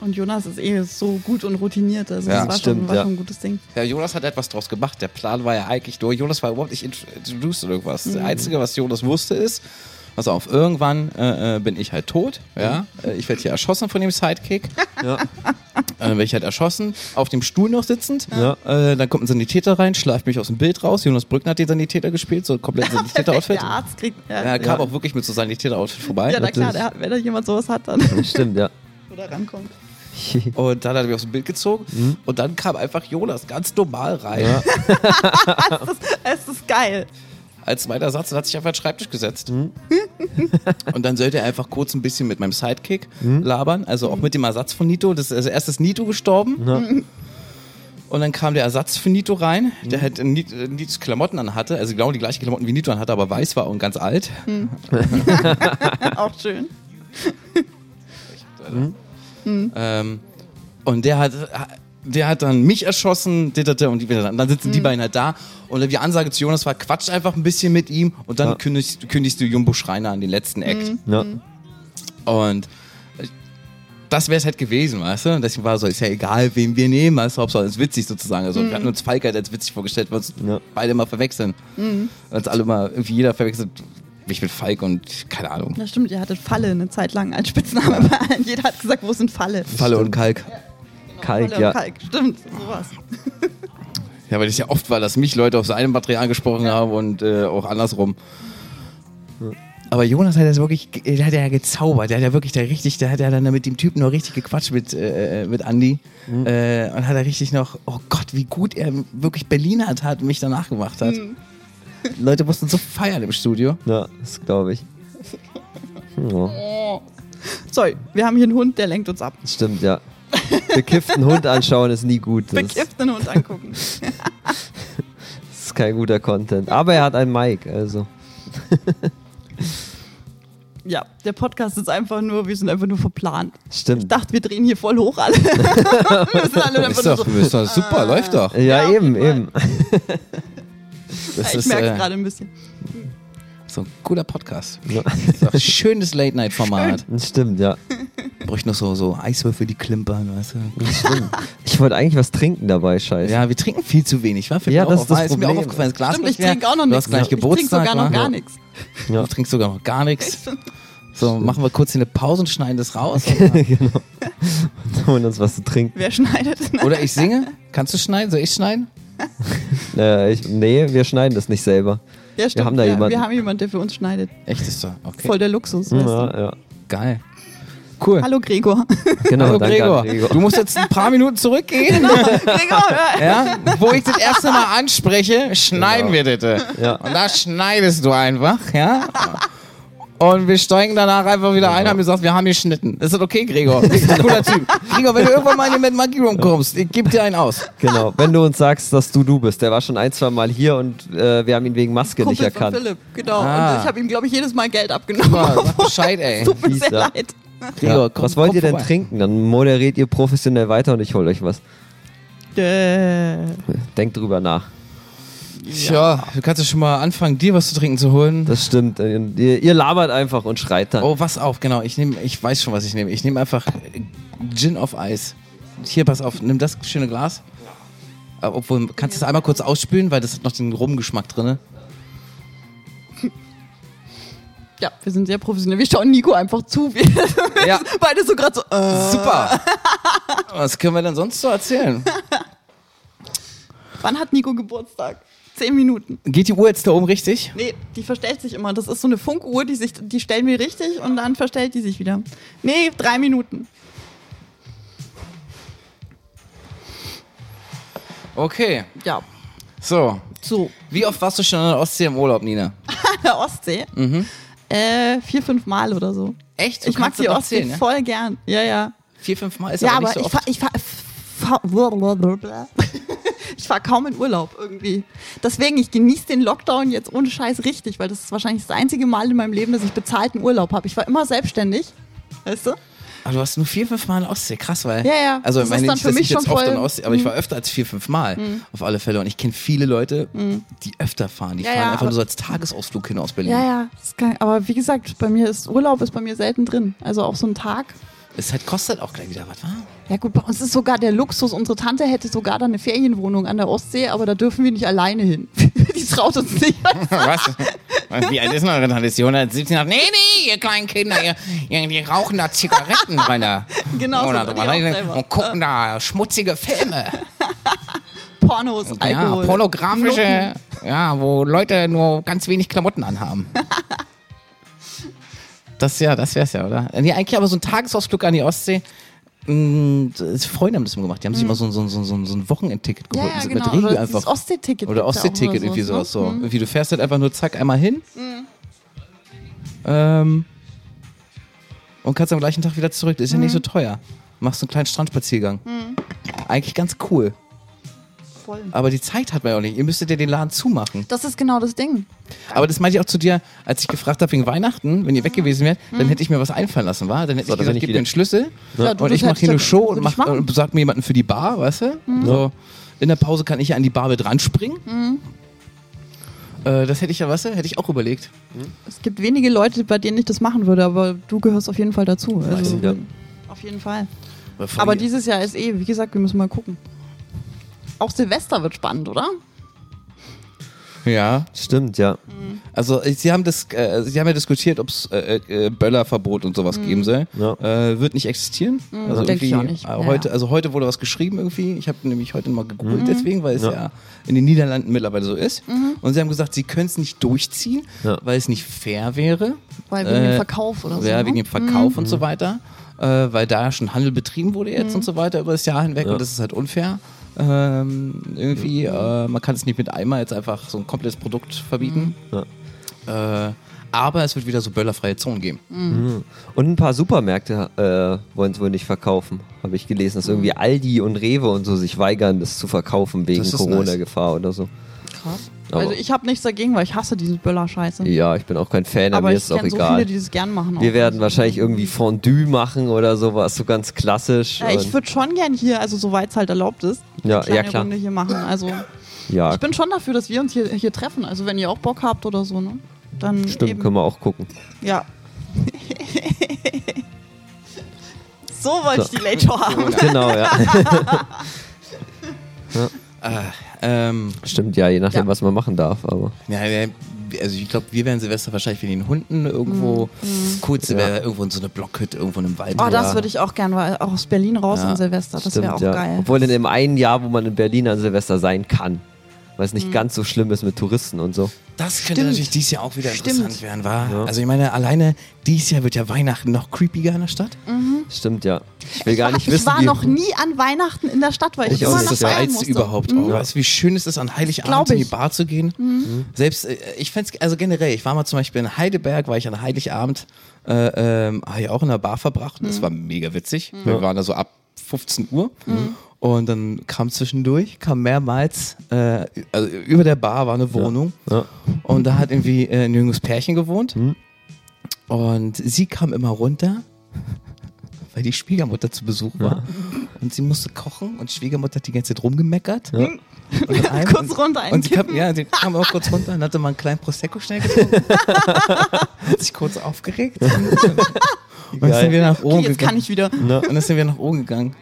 Und Jonas ist eh so gut und routiniert. Also Ja, das war, schon, stimmt, war ja. schon ein gutes Ding. Ja, Jonas hat etwas draus gemacht. Der Plan war ja eigentlich durch. Jonas war überhaupt nicht int- introduced oder irgendwas. Das Einzige, was Jonas wusste, ist, pass auf, irgendwann äh, äh, bin ich halt tot. Ja? Äh, ich werde hier erschossen von dem Sidekick. Ja. Äh, werde ich halt erschossen, auf dem Stuhl noch sitzend. Ja. Äh, dann kommt ein Sanitäter rein, schleift mich aus dem Bild raus. Jonas Brückner hat den Sanitäter gespielt, so komplett Sanitäter-Outfit. Der Arzt kriegt. Ja, Ja, er ja, kam auch wirklich mit so Sanitäter-Outfit vorbei. na klar, natürlich. der, wenn da jemand sowas hat, dann Stimmt, ja. oder rankommt. Und dann hat er mich aus dem Bild gezogen. Und dann kam einfach Jonas ganz normal rein. Ja. Es ist geil. als zweiter Satz und hat sich auf den Schreibtisch gesetzt. und dann sollte er einfach kurz ein bisschen mit meinem Sidekick labern, also auch mit dem Ersatz von Nito. Das, also erst ist Nito gestorben. Und dann kam der Ersatz für Nito rein, der halt in Nit- äh, Nitos Klamotten an hatte, also genau die gleichen Klamotten wie Nito an hatte, aber weiß war und ganz alt. Auch schön. Ähm, und der hat, der hat dann mich erschossen, dit, dit, dit, und die- und dann sitzen die beiden halt da. Und die Ansage zu Jonas war, quatsch einfach ein bisschen mit ihm und dann Ja. kündigst, kündigst du Jumbo Schreiner an den letzten Act. ja. Mhm. Und das wäre es halt gewesen, weißt du? Und deswegen war so, ist ja egal, wen wir nehmen, weißt du, Hauptsache es ist witzig sozusagen. Also wir hatten uns Falk halt als witzig vorgestellt, weil uns Ja. beide immer verwechseln. Als alle mal, irgendwie jeder verwechselt mich mit Falk und keine Ahnung. Das stimmt, ihr hattet Falle eine Zeit lang als Spitzname bei allen. Jeder hat gesagt, wo sind Falle? Falle und Kalk. Kalk, Falle und ja. Kalk. Stimmt, sowas. Ja, weil das ja oft war, dass mich Leute auf seinem Material angesprochen haben und äh, auch andersrum. Aber Jonas hat das wirklich, ge- der hat ja gezaubert, der hat ja wirklich da richtig, der hat ja dann mit dem Typen noch richtig gequatscht mit, äh, mit Andy äh, und hat er richtig noch, oh Gott, wie gut er wirklich Berliner hat und mich danach gemacht hat. Mhm. Leute mussten so feiern im Studio. Ja, das glaube ich. Ja, Oh. Sorry, wir haben hier einen Hund, der lenkt uns ab. das stimmt, ja. Bekifften Hund anschauen ist nie gut. Das ist, Bekifft den Hund angucken. das ist kein guter Content. Aber er hat ein Mic, also. Ja, der Podcast ist einfach nur, wir sind einfach nur verplant. Ich Stimmt. dachte, wir drehen hier voll hoch alle. wir sind alle einfach nur so. Ah, super, läuft doch. Ja, Ja, eben, auf jeden eben. Das Ich ist merke äh, es gerade ein bisschen. so ein cooler Podcast. Ja. So ein Schönes Late-Night-Format. Das stimmt, ja. Bräuchte noch so, so Eiswürfel, die klimpern, weißt du. Das stimmt. Ich wollte eigentlich was trinken dabei, scheiße. Ja, wir trinken viel zu wenig, wa? Fällt Ja, mir das auch ist das auf. Ist mir auch Problem. aufgefallen. Das Glas Stimmt, bricht ich leer. trinke auch noch Du nichts. hast gleich ich trinke Geburtstag. ne? sogar noch wa? gar nichts. Du trinkst sogar noch gar nichts. So, machen wir kurz hier eine Pause und schneiden das raus. Holen uns was zu trinken. Wer schneidet? Nein. Oder ich singe. Kannst du schneiden? Soll ich schneiden? Äh, ich, nee, wir schneiden das nicht selber. Ja, stimmt, haben da ja, jemanden. Wir haben jemanden, der für uns schneidet. Echt ist so. Okay. Voll der Luxus. Weißt du? Ja, ja. geil. Cool. Hallo Gregor. Genau, Hallo, danke Gregor. an Gregor. Du musst jetzt ein paar Minuten zurückgehen. Gregor, hör. ja? Wo ich das erste Mal Genau. anspreche, schneiden wir das. äh. Ja. Und da schneidest du einfach, ja? Und wir steigen danach einfach wieder ein, haben gesagt, wir haben geschnitten. Ist das okay, Gregor? Cooler Typ. Gregor, wenn du irgendwann mal hier mit Monkey rumkommst, ich geb dir einen aus. Genau, wenn du uns sagst, dass du du bist. Der war schon ein, zwei Mal hier und äh, wir haben ihn wegen Maske nicht Kumpel von erkannt. Philipp, genau. Ah. Und ich habe ihm, glaube ich, jedes Mal Geld abgenommen. Ja, sag Bescheid, ey. Tut mir sehr Lisa. leid. Gregor, komm, was wollt komm ihr denn vorbei. trinken? Dann moderiert ihr professionell weiter und ich hol euch was. Äh. Denkt drüber nach. Tja, du kannst ja schon mal anfangen, dir was zu trinken zu holen. Das stimmt. Ihr, ihr labert einfach und schreit dann. Oh, was auf, genau. Ich nehme, ich weiß schon, was ich nehme. Ich nehme einfach äh, Gin auf Eis. Hier, pass auf, nimm das schöne Glas. Äh, Obwohl, kannst du das einmal kurz ausspülen, weil das hat noch den Rumgeschmack drin. Ja, wir sind sehr professionell. Wir schauen Nico einfach zu. Wir Oh, Ja, beide so gerade so. Äh. super. Was können wir denn sonst so erzählen? Wann hat Nico Geburtstag? Zehn Minuten. Geht die Uhr jetzt da oben richtig? Nee, die verstellt sich immer. Das ist so eine Funkuhr, die, sich, die stellen wir richtig und dann verstellt die sich wieder. Nee, drei Minuten. Okay, Ja, so. so. Wie oft warst du schon an der Ostsee im Urlaub, Nina? An der Ostsee. Äh, vier, fünf Mal oder so. Echt? ich mag die Ostsee voll gern. Ja, ja. Vier, fünf Mal ist ja, aber aber nicht so ich, oft. fahr, ich, fahr, fahr, blablabla. ich fahr kaum in Urlaub irgendwie. Deswegen, ich genieße den Lockdown jetzt ohne Scheiß richtig, weil das ist wahrscheinlich das einzige Mal in meinem Leben, dass ich bezahlten Urlaub habe. Ich war immer selbstständig. Weißt du? Aber Ah, du warst nur vier, fünf Mal in der Ostsee, krass, weil. Ja, ja. Also, Das ich meine, ist dann nicht, für dass mich ich jetzt schon oft voll- Mhm. in der Ostsee, aber ich war öfter als vier, fünf Mal auf alle Fälle. Und ich kenne viele Leute, die öfter fahren. Die Mhm. Ja, fahren ja, einfach aber- nur so als Tagesausflug hin aus Berlin. Ja, ja. Das ist geil. aber wie gesagt, bei mir ist Urlaub ist bei mir selten drin. Also auch so ein Tag. Es halt kostet auch gleich wieder was, wa? Ja gut, bei uns ist sogar der Luxus. Unsere Tante hätte sogar da eine Ferienwohnung an der Ostsee, aber da dürfen wir nicht alleine hin. Die traut uns nicht. Was? Wie alt ist denn eure Tante? Ist die 117? Nee, nee, ihr kleinen Kinder, ihr, ihr, die rauchen da Zigaretten bei der. Genau so oder war die drüber. auch selber. und gucken da schmutzige Filme. Pornos, Alkohol. Ah Ja, pornografische, ja, wo Leute nur ganz wenig Klamotten anhaben. das ja, das wär's ja, oder? Nee, eigentlich aber so ein Tagesausflug an die Ostsee. mh, das- Freunde haben das immer gemacht. Die haben sich immer so, ein- so, ein- so, ein- so, ein- so ein Wochenendticket Mhm. Ja, geholt. ja, mit genau. Regel Oder einfach. dieses Ostsee-Ticket. Oder gibt's ja auch Ostsee-Ticket, irgendwie sowas. So. ne? Mhm. Irgendwie, du fährst halt einfach nur zack einmal hin. Ähm, und kannst am gleichen Tag wieder zurück. Das ist ja Mhm. nicht so teuer. Machst einen kleinen Strandspaziergang. Eigentlich ganz cool. Voll. Aber die Zeit hat man ja auch nicht. Ihr müsstet ja den Laden zumachen. Das ist genau das Ding. Aber das meinte ich auch zu dir, als ich gefragt habe wegen Weihnachten, wenn ihr weg gewesen wärt, dann hätte ich mir was einfallen lassen, war? Dann hätte So, dann ich bin gesagt, ich gib mir wieder- einen Schlüssel Ja, du, und das ich mache hättest hier du- eine Show und würd mach, ich machen. Mhm. äh, sag mir jemanden für die Bar, weißt du? So, in der Pause kann ich ja an die Bar mit ranspringen. Äh, das hätte ich ja, weißt du, hätte ich auch überlegt. Es gibt wenige Leute, bei denen ich das machen würde, aber du gehörst auf jeden Fall dazu. Also, Ja. Auf jeden Fall. Aber, von Aber mir- dieses Jahr ist eh, wie gesagt, wir müssen mal gucken. Auch Silvester wird spannend, oder? Ja, Stimmt, ja. also äh, sie haben, das, äh, sie haben ja diskutiert, ob es äh, äh, Böllerverbot und sowas geben soll. Mhm. Ja. Äh, wird nicht existieren. Also Denk Mhm. ich irgendwie, auch nicht. äh, Ja, Heute, ja. also heute wurde was geschrieben irgendwie. Ich habe nämlich heute mal gegoogelt Mhm. deswegen, weil es ja. in den Niederlanden mittlerweile so ist. Mhm. Und sie haben gesagt, sie können es nicht durchziehen, Ja. weil es nicht fair wäre. Weil wegen dem Äh, Verkauf oder so. Ja, ne? wegen dem Verkauf und so weiter. Äh, weil da schon Handel betrieben wurde jetzt Mhm. und so weiter über das Jahr hinweg und das ist halt unfair. Ähm, irgendwie, äh, man kann es nicht mit einmal jetzt einfach so ein komplettes Produkt verbieten. Äh, aber es wird wieder so böllerfreie Zonen geben. Mhm. Mhm. Und ein paar Supermärkte äh, wollen es wohl nicht verkaufen, habe ich gelesen, dass Mhm. irgendwie Aldi und Rewe und so sich weigern, das zu verkaufen wegen Das ist Corona-Gefahr oder so. Krass. Aber- Also ich habe nichts dagegen, weil ich hasse diese Böller-Scheiße. Ja, ich bin auch kein Fan, aber aber mir ich ist es auch kenne so egal. viele, die das gern machen. Wir auch. werden wahrscheinlich irgendwie Fondue machen oder sowas, so ganz klassisch. Ja, ich und- würde schon gern hier, also soweit es halt erlaubt ist, Ja, eine kleine ja, klar. Runde hier machen. Also ja ich bin schon dafür, dass wir uns hier, hier treffen. Also wenn ihr auch Bock habt oder so, ne? Dann stimmt, eben, können wir auch gucken. Ja. so wollte So. ich die Late Show haben. Genau, ja. Ähm, stimmt, ja, je nachdem, Ja. was man machen darf, aber. ja, ja, also ich glaube, wir werden Silvester wahrscheinlich mit den Hunden irgendwo Mhm. kurz Silvester irgendwo in so eine Blockhütte, irgendwo in einem Wald. Mhm. Oh, das würde ich auch gern, weil auch aus Berlin raus Ja, an Silvester, das wäre Stimmt, auch ja. geil. Obwohl in dem einen Jahr, wo man in Berlin an Silvester sein kann. weil es Mhm. nicht ganz so schlimm ist mit Touristen und so. Das könnte Stimmt. natürlich dieses Jahr auch wieder Stimmt. interessant werden, war. Ja. Also ich meine, alleine dieses Jahr wird ja Weihnachten noch creepiger in der Stadt. Stimmt, ja. Ich will gar nicht Mhm. ich wissen, war wie, noch nie an Weihnachten in der Stadt, weil ich, Ich auch immer nicht. nach das ist das Bayern Reiz musste. Mhm. überhaupt. auch. Weißt du, wie schön ist es, an Glaub Heiligabend in die ich. Mhm. Bar zu gehen? Selbst, äh, ich fände also generell, ich war mal zum Beispiel in Heidelberg, war ich an Heiligabend, äh, ähm, hab ich auch in der Bar verbracht. Das Mhm. war mega witzig. Wir waren da so ab 15 Uhr. Mhm. Und dann kam zwischendurch, kam mehrmals, äh, also über der Bar war eine Wohnung. Ja. Und da hat irgendwie äh, ein junges Pärchen gewohnt. Und sie kam immer runter, weil die Schwiegermutter zu Besuch war. Und sie musste kochen und Schwiegermutter hat die ganze Zeit rumgemeckert. Und dann ein- Kurz runter Und sie einkippen. kam, ja, sie kam auch kurz runter und hatte mal einen kleinen Prosecco schnell getrunken. hat sich kurz aufgeregt. und dann sind wir nach oben Okay, jetzt gegangen. kann ich wieder. Und dann sind wir nach oben gegangen.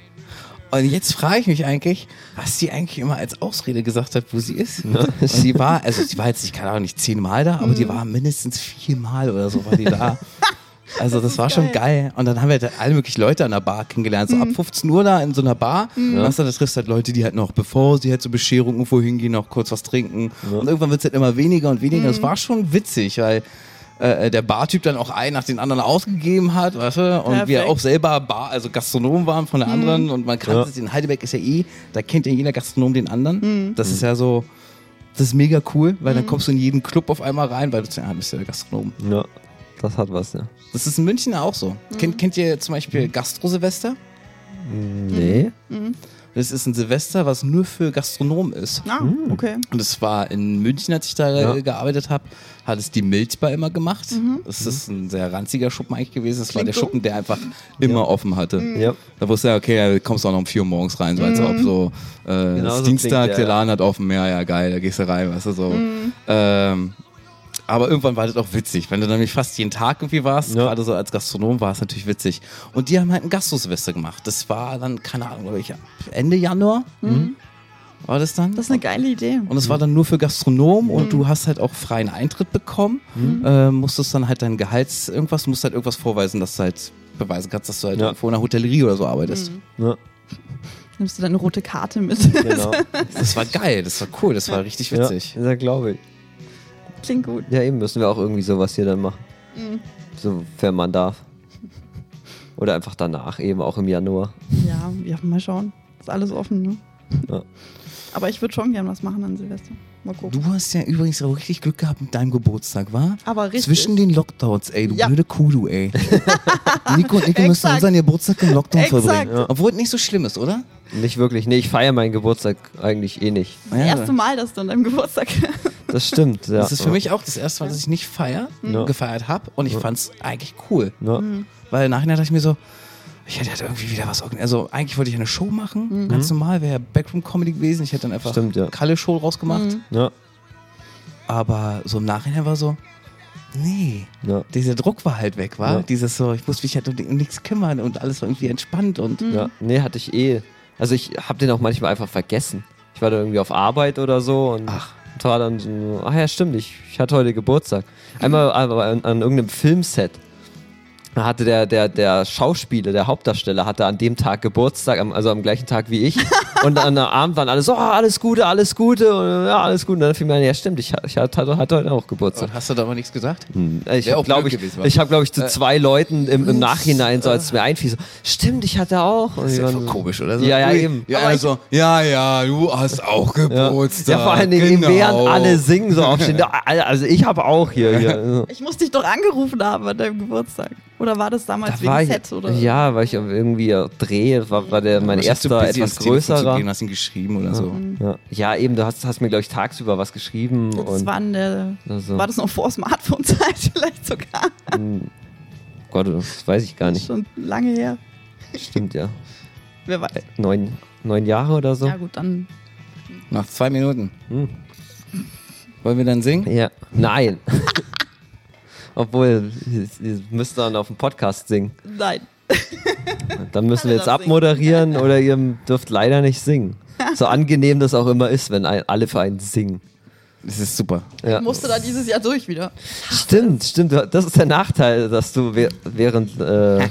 Und jetzt frage ich mich eigentlich, was sie eigentlich immer als Ausrede gesagt hat, wo sie ist. Und sie war, also sie war jetzt, ich kann auch nicht zehnmal da, aber die war mindestens viermal oder so war die da. Also das, war schon geil. Mhm. Und dann haben wir da alle möglichen Leute an der Bar kennengelernt. So ab 15 Uhr da in so einer Bar. Und hast du, da triffst du halt Leute, die halt noch, bevor sie halt zur Bescherung irgendwo hingehen, noch kurz was trinken. Und irgendwann wird es halt immer weniger und weniger. Das war schon witzig, weil äh, der Bartyp dann auch einen nach den anderen ausgegeben hat, weißt du? Und wir Perfekt. auch selber Bar, also Gastronomen waren von der anderen und man kannte Ja. es, in Heidelberg ist ja eh, da kennt ja jeder Gastronom den anderen. Das ist ja so, das ist mega cool, weil dann kommst du in jeden Club auf einmal rein, weil du ja, ah, bist ja der Gastronom. Ja, das hat was, ja. Das ist in München auch so. Kennt, kennt ihr zum Beispiel Mhm. Gastro-Silvester? Nee. Mhm. Das ist ein Silvester, was nur für Gastronomen ist. Ah, okay. Und das war in München, als ich da Ja. gearbeitet habe, hat es die Milchbar immer gemacht. Das ist ein sehr ranziger Schuppen eigentlich gewesen. Das war Klingt der so. Schuppen, der einfach immer offen hatte. Ja. Da wusste er, okay, da kommst du auch noch um 4 Uhr morgens rein, so als ob so äh, Genau es so Dienstag, klingt der, der ja. Laden hat offen, ja, ja, geil, da gehst du rein, weißt du so. Ähm, aber irgendwann war das auch witzig, wenn du nämlich fast jeden Tag irgendwie warst, Ja. gerade so als Gastronom war es natürlich witzig. Und die haben halt ein Gastro-Silvester gemacht. Das war dann, keine Ahnung, glaube ich, Ende Januar Mhm. war das dann. Das ist eine geile Idee. Und es war dann nur für Mhm. Gastronomen und du hast halt auch freien Eintritt bekommen. Äh, musstest dann halt dein Gehalts irgendwas, musst halt irgendwas vorweisen, dass du halt beweisen kannst, dass du halt Ja. irgendwo in einer Hotellerie oder so arbeitest. Mhm. ja. Nimmst du deine rote Karte mit? ne, Genau. Mhm. Das war geil, das war cool, das war richtig witzig. Ja, ja glaube ich. Klingt gut. Ja, eben müssen wir auch irgendwie sowas hier dann machen. Mhm. Sofern man darf. Oder einfach danach, eben auch im Januar. Ja, ja, mal schauen. Ist alles offen, ne? Ja. Aber ich würde schon gern was machen an Silvester. Mal gucken. Du hast ja übrigens auch richtig Glück gehabt mit deinem Geburtstag, war? Aber richtig. Zwischen den Lockdowns, ey, du Ja. blöde Kudu, ey. Nico und Nico müssen Exakt. unseren Geburtstag im Lockdown Exakt. verbringen. Obwohl es nicht so schlimm ist, oder? Nicht wirklich. Nee, ich feiere meinen Geburtstag eigentlich eh nicht. das erste Mal, dass du an deinem Geburtstag. Das stimmt, ja. Das ist für mich auch das erste Mal, dass ich nicht feier, Ja. gefeiert habe und ich fand's eigentlich cool. Ja. Weil nachher dachte ich mir so, ich hätte halt irgendwie wieder was organisiert. Also eigentlich wollte ich eine Show machen, ganz normal, wäre ja Backroom Comedy gewesen. Ich hätte dann einfach Mhm. Stimmt, ja. Mhm. Kalle Show rausgemacht. Ja. Aber so im Nachhinein war so, nee. Ja. Dieser Druck war halt weg, war? Ja. Dieses so, ich musste mich halt um ni- um nichts kümmern und alles war irgendwie entspannt und ja. Nee, hatte ich eh. Also ich habe den auch manchmal einfach vergessen. Ich war da irgendwie auf Arbeit oder so und Ach. und war dann so, ach ja, stimmt, ich, ich hatte heute Geburtstag. Einmal aber an, an irgendeinem Filmset. Da hatte der, der, der Schauspieler, der Hauptdarsteller, hatte an dem Tag Geburtstag, am- also am gleichen Tag wie ich. Und am Abend waren alle so, oh, alles Gute, alles Gute, und, ja, alles Gute. Und dann fiel mir ein, ja, stimmt, ich, ha- ich hatte, hatte heute auch Geburtstag. hast du da aber nichts gesagt? Ich Wär habe, auch glaube blöd ich, gewesen, wa? ich hab, glaub ich, zu zwei Leuten im, im Nachhinein, so als es mir einfiel, so, stimmt, ich hatte auch. Und Das ist die ja waren voll so- komisch, oder so? Ja, ja, Ui. eben. Ja, Aber also, ja, ja, du hast auch Ja. Geburtstag. ja, vor allen Dingen, eben, genau. während alle singen, so aufstehen. ja, Also ich habe auch hier. hier. Ich muss dich doch angerufen haben an deinem Geburtstag. Oder war das damals war wegen ich, Set? Oder? Ja, weil ich irgendwie auf drehe, war, war der mein Wahrscheinlich erster zu busy, um etwas ins Telefon zu gehen, größerer. hast ihn geschrieben oder so. Ja. ja, eben, du hast, hast mir, glaube ich, tagsüber was geschrieben. Das Und, war, in der, Also. war das noch vor Smartphone-Zeit vielleicht sogar? Gott, das weiß ich gar nicht. Schon lange her. Stimmt, ja. Wer weiß. Neun, neun Jahre oder so. Ja gut, dann Nach zwei Minuten. Hm. Wollen wir dann singen? Ja. Nein. Obwohl, ihr müsst dann auf dem Podcast singen. nein. Dann müssen Kann wir er jetzt das singen? abmoderieren oder ihr dürft leider nicht singen. So angenehm das auch immer ist, wenn ein, alle für einen singen. Das ist super. Ja. Ich musste da dieses Jahr durch wieder. Stimmt, stimmt. Das ist der Nachteil, dass du we- während äh,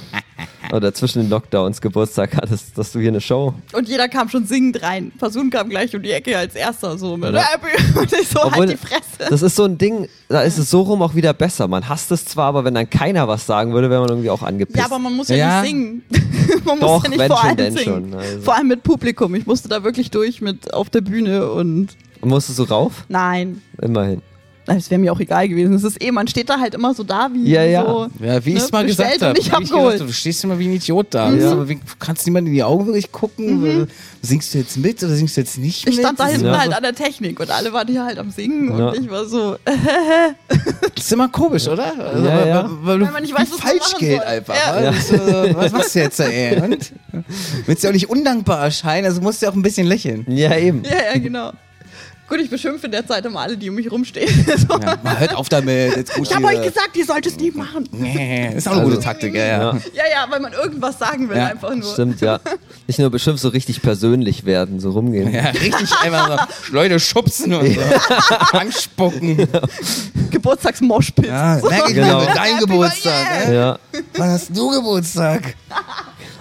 oder zwischen den Lockdowns Geburtstag hattest, dass du hier eine Show. Und jeder kam schon singend rein. Person kam gleich um die Ecke als erster so mit Oder? Happy und ich so Obwohl, halt die Fresse. Das ist so ein Ding, da ist es so rum auch wieder besser. Man hasst es zwar, aber wenn dann keiner was sagen würde, wäre man irgendwie auch angepisst. Ja, aber man muss ja, Ja. nicht singen. man muss Doch, ja nicht wenn vor schon, allem denn singen. schon, also. Vor allem mit Publikum. Ich musste da wirklich durch mit auf der Bühne und Und musstest du rauf? nein. Immerhin. Es wäre mir auch egal gewesen. Es ist eh, man steht da halt immer so da wie Ja, ja. so. Ja, wie Ne, ich es mal bestellt gesagt habe. und nicht Wie ich abgeholt. Mhm. gesagt hab, Du stehst immer wie ein Idiot da. Ja. Wie, kannst niemand in die Augen wirklich gucken? Äh, Singst du jetzt mit oder singst du jetzt nicht Ich mit? stand da hinten Ja. halt an der Technik und alle waren hier halt am Singen Ja. und ich war so, Das ist immer komisch, oder? Also, Ja, weil, ja. Weil, weil, du- Weil man nicht weiß, wie was man falsch machen geht soll. einfach. Ja. ne? Das, äh, was machst du jetzt da, ey? Und? Willst du auch nicht undankbar erscheinen, also musst du auch ein bisschen lächeln. Ja, eben. ja, ja, genau. Gut, ich beschimpfe in der Zeit immer alle, die um mich rumstehen. so. Ja, mal hört auf damit. Jetzt gut Ich habe hier. euch gesagt, ihr sollt es nie machen. Nee, ist auch eine Also- gute Taktik, ja, ja. Ja, ja, weil man irgendwas sagen will Ja, einfach nur. Stimmt, ja. Nicht nur beschimpft, so richtig persönlich werden, so rumgehen. Ja, richtig einmal so Leute schubsen und so. anspucken. Geburtstagsmoshpit. Ja, So. merke ich Genau. mir, dein Happy Geburtstag. Birthday. ne? Ja. Wann hast du Geburtstag?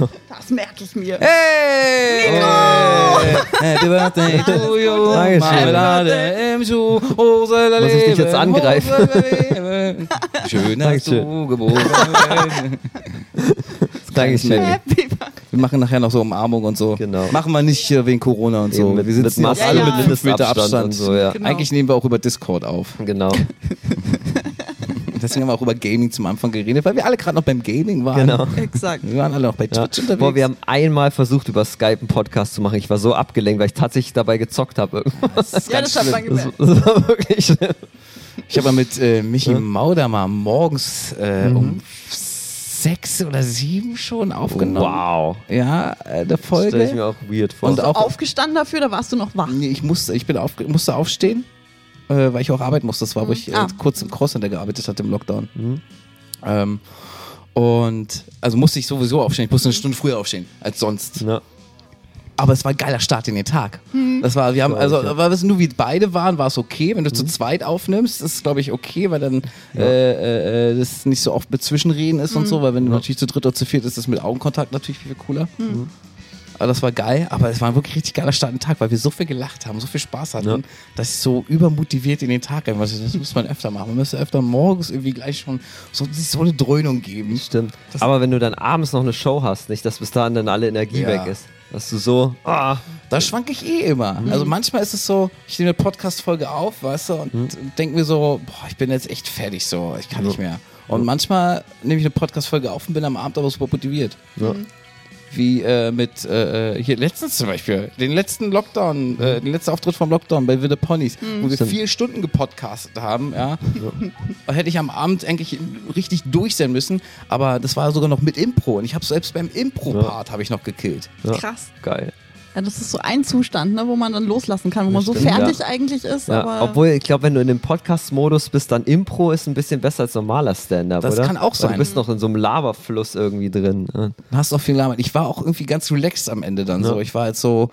Das merke ich mir. Hey! Happy Birthday to you, Dankeschön. Marmelade im Schuh, Hose der Muss ich dich jetzt Leben, angreifen? Hose der Leben. Schön, dass Dankeschön. du geboren bist. Dankeschön. Happy Birthday. Wir machen nachher noch so Umarmung und so. Genau. Machen wir nicht äh, wegen Corona und so. Eben, mit- wir sitzen mit hier Maske, alle Ja, mit ja. 5 Meter Mindestabstand Abstand. und so, ja. Genau. Eigentlich nehmen wir auch über Discord auf. Genau. Deswegen haben wir auch über Gaming zum Anfang geredet, weil wir alle gerade noch beim Gaming waren. Genau. Exakt. Wir waren alle noch bei Ja. Twitch unterwegs. Boah, wir haben einmal versucht, über Skype einen Podcast zu machen. Ich war so abgelenkt, weil ich tatsächlich dabei gezockt habe. Das, das Ja, das hat man gemerkt. war wirklich schlimm. Ich habe mal mit äh, Michi Mauder mal morgens äh, Mhm. um sechs oder sieben schon aufgenommen. Wow. Ja, äh, der Stelle ich mir Genau. Folge. auch weird vor. Und auch Aufgestanden dafür, da warst du noch wach. nee, ich musste, ich bin auf, musste aufstehen, äh, weil ich auch arbeiten musste. Das war, wo ich äh, Ah. kurz im Crosscenter gearbeitet hatte im Lockdown. Mhm. Ähm, und also musste ich sowieso aufstehen. Ich musste eine Stunde früher aufstehen als sonst. Ja. Aber es war ein geiler Start in den Tag. Das war, wir haben, Hm. Glaub ich, also, ja. Hm. weil wir es nur wie beide waren, war es okay. Wenn du zu zweit aufnimmst, ist glaube ich okay, weil dann äh, äh, das nicht so oft mit Zwischenreden ist Hm. und so, weil wenn du natürlich zu dritt oder zu viert ist, das mit Augenkontakt natürlich viel cooler. Hm. Mhm. Aber das war geil, aber es war ein wirklich richtig geiler Start in den Tag, weil wir so viel gelacht haben, so viel Spaß hatten, Ja. dass ich so übermotiviert in den Tag rein war. Also, Das muss man öfter machen. Man müsste öfter morgens irgendwie gleich schon so, sich so eine Dröhnung geben. Stimmt. Aber wenn du dann abends noch eine Show hast, nicht, dass bis dahin dann alle Energie Ja. weg ist. Dass du so, ah, Da schwank ich eh immer. Also manchmal ist es so, ich nehme eine Podcast-Folge auf, weißt du, und Hm. denke mir so, boah, ich bin jetzt echt fertig so, ich kann nicht mehr. Und manchmal nehme ich eine Podcast-Folge auf und bin am Abend aber super motiviert. Ja. Wie äh, mit, äh, äh, hier letztens zum Beispiel, den letzten Lockdown, äh, den letzten Auftritt vom Lockdown bei Wilde Ponys, wo wir Mhm. Stimmt. vier Stunden gepodcastet haben, ja. Da Hätte ich am Abend eigentlich richtig durch sein müssen, aber das war sogar noch mit Impro und ich habe selbst beim Impro-Part habe ich noch gekillt. Ja. Krass. geil. Ja, das ist so ein Zustand, ne, wo man dann loslassen kann, wo man so stimmt, fertig ja. eigentlich ist. Ja. aber Obwohl, ich glaube, wenn du in dem Podcast-Modus bist, dann Impro ist ein bisschen besser als normaler Stand-Up, Das oder? kann auch Weil sein. Du bist noch in so einem Laberfluss irgendwie drin. Ja. Dann hast du auch viel Lärm. Ich war auch irgendwie ganz relaxed am Ende dann so. Ich war jetzt so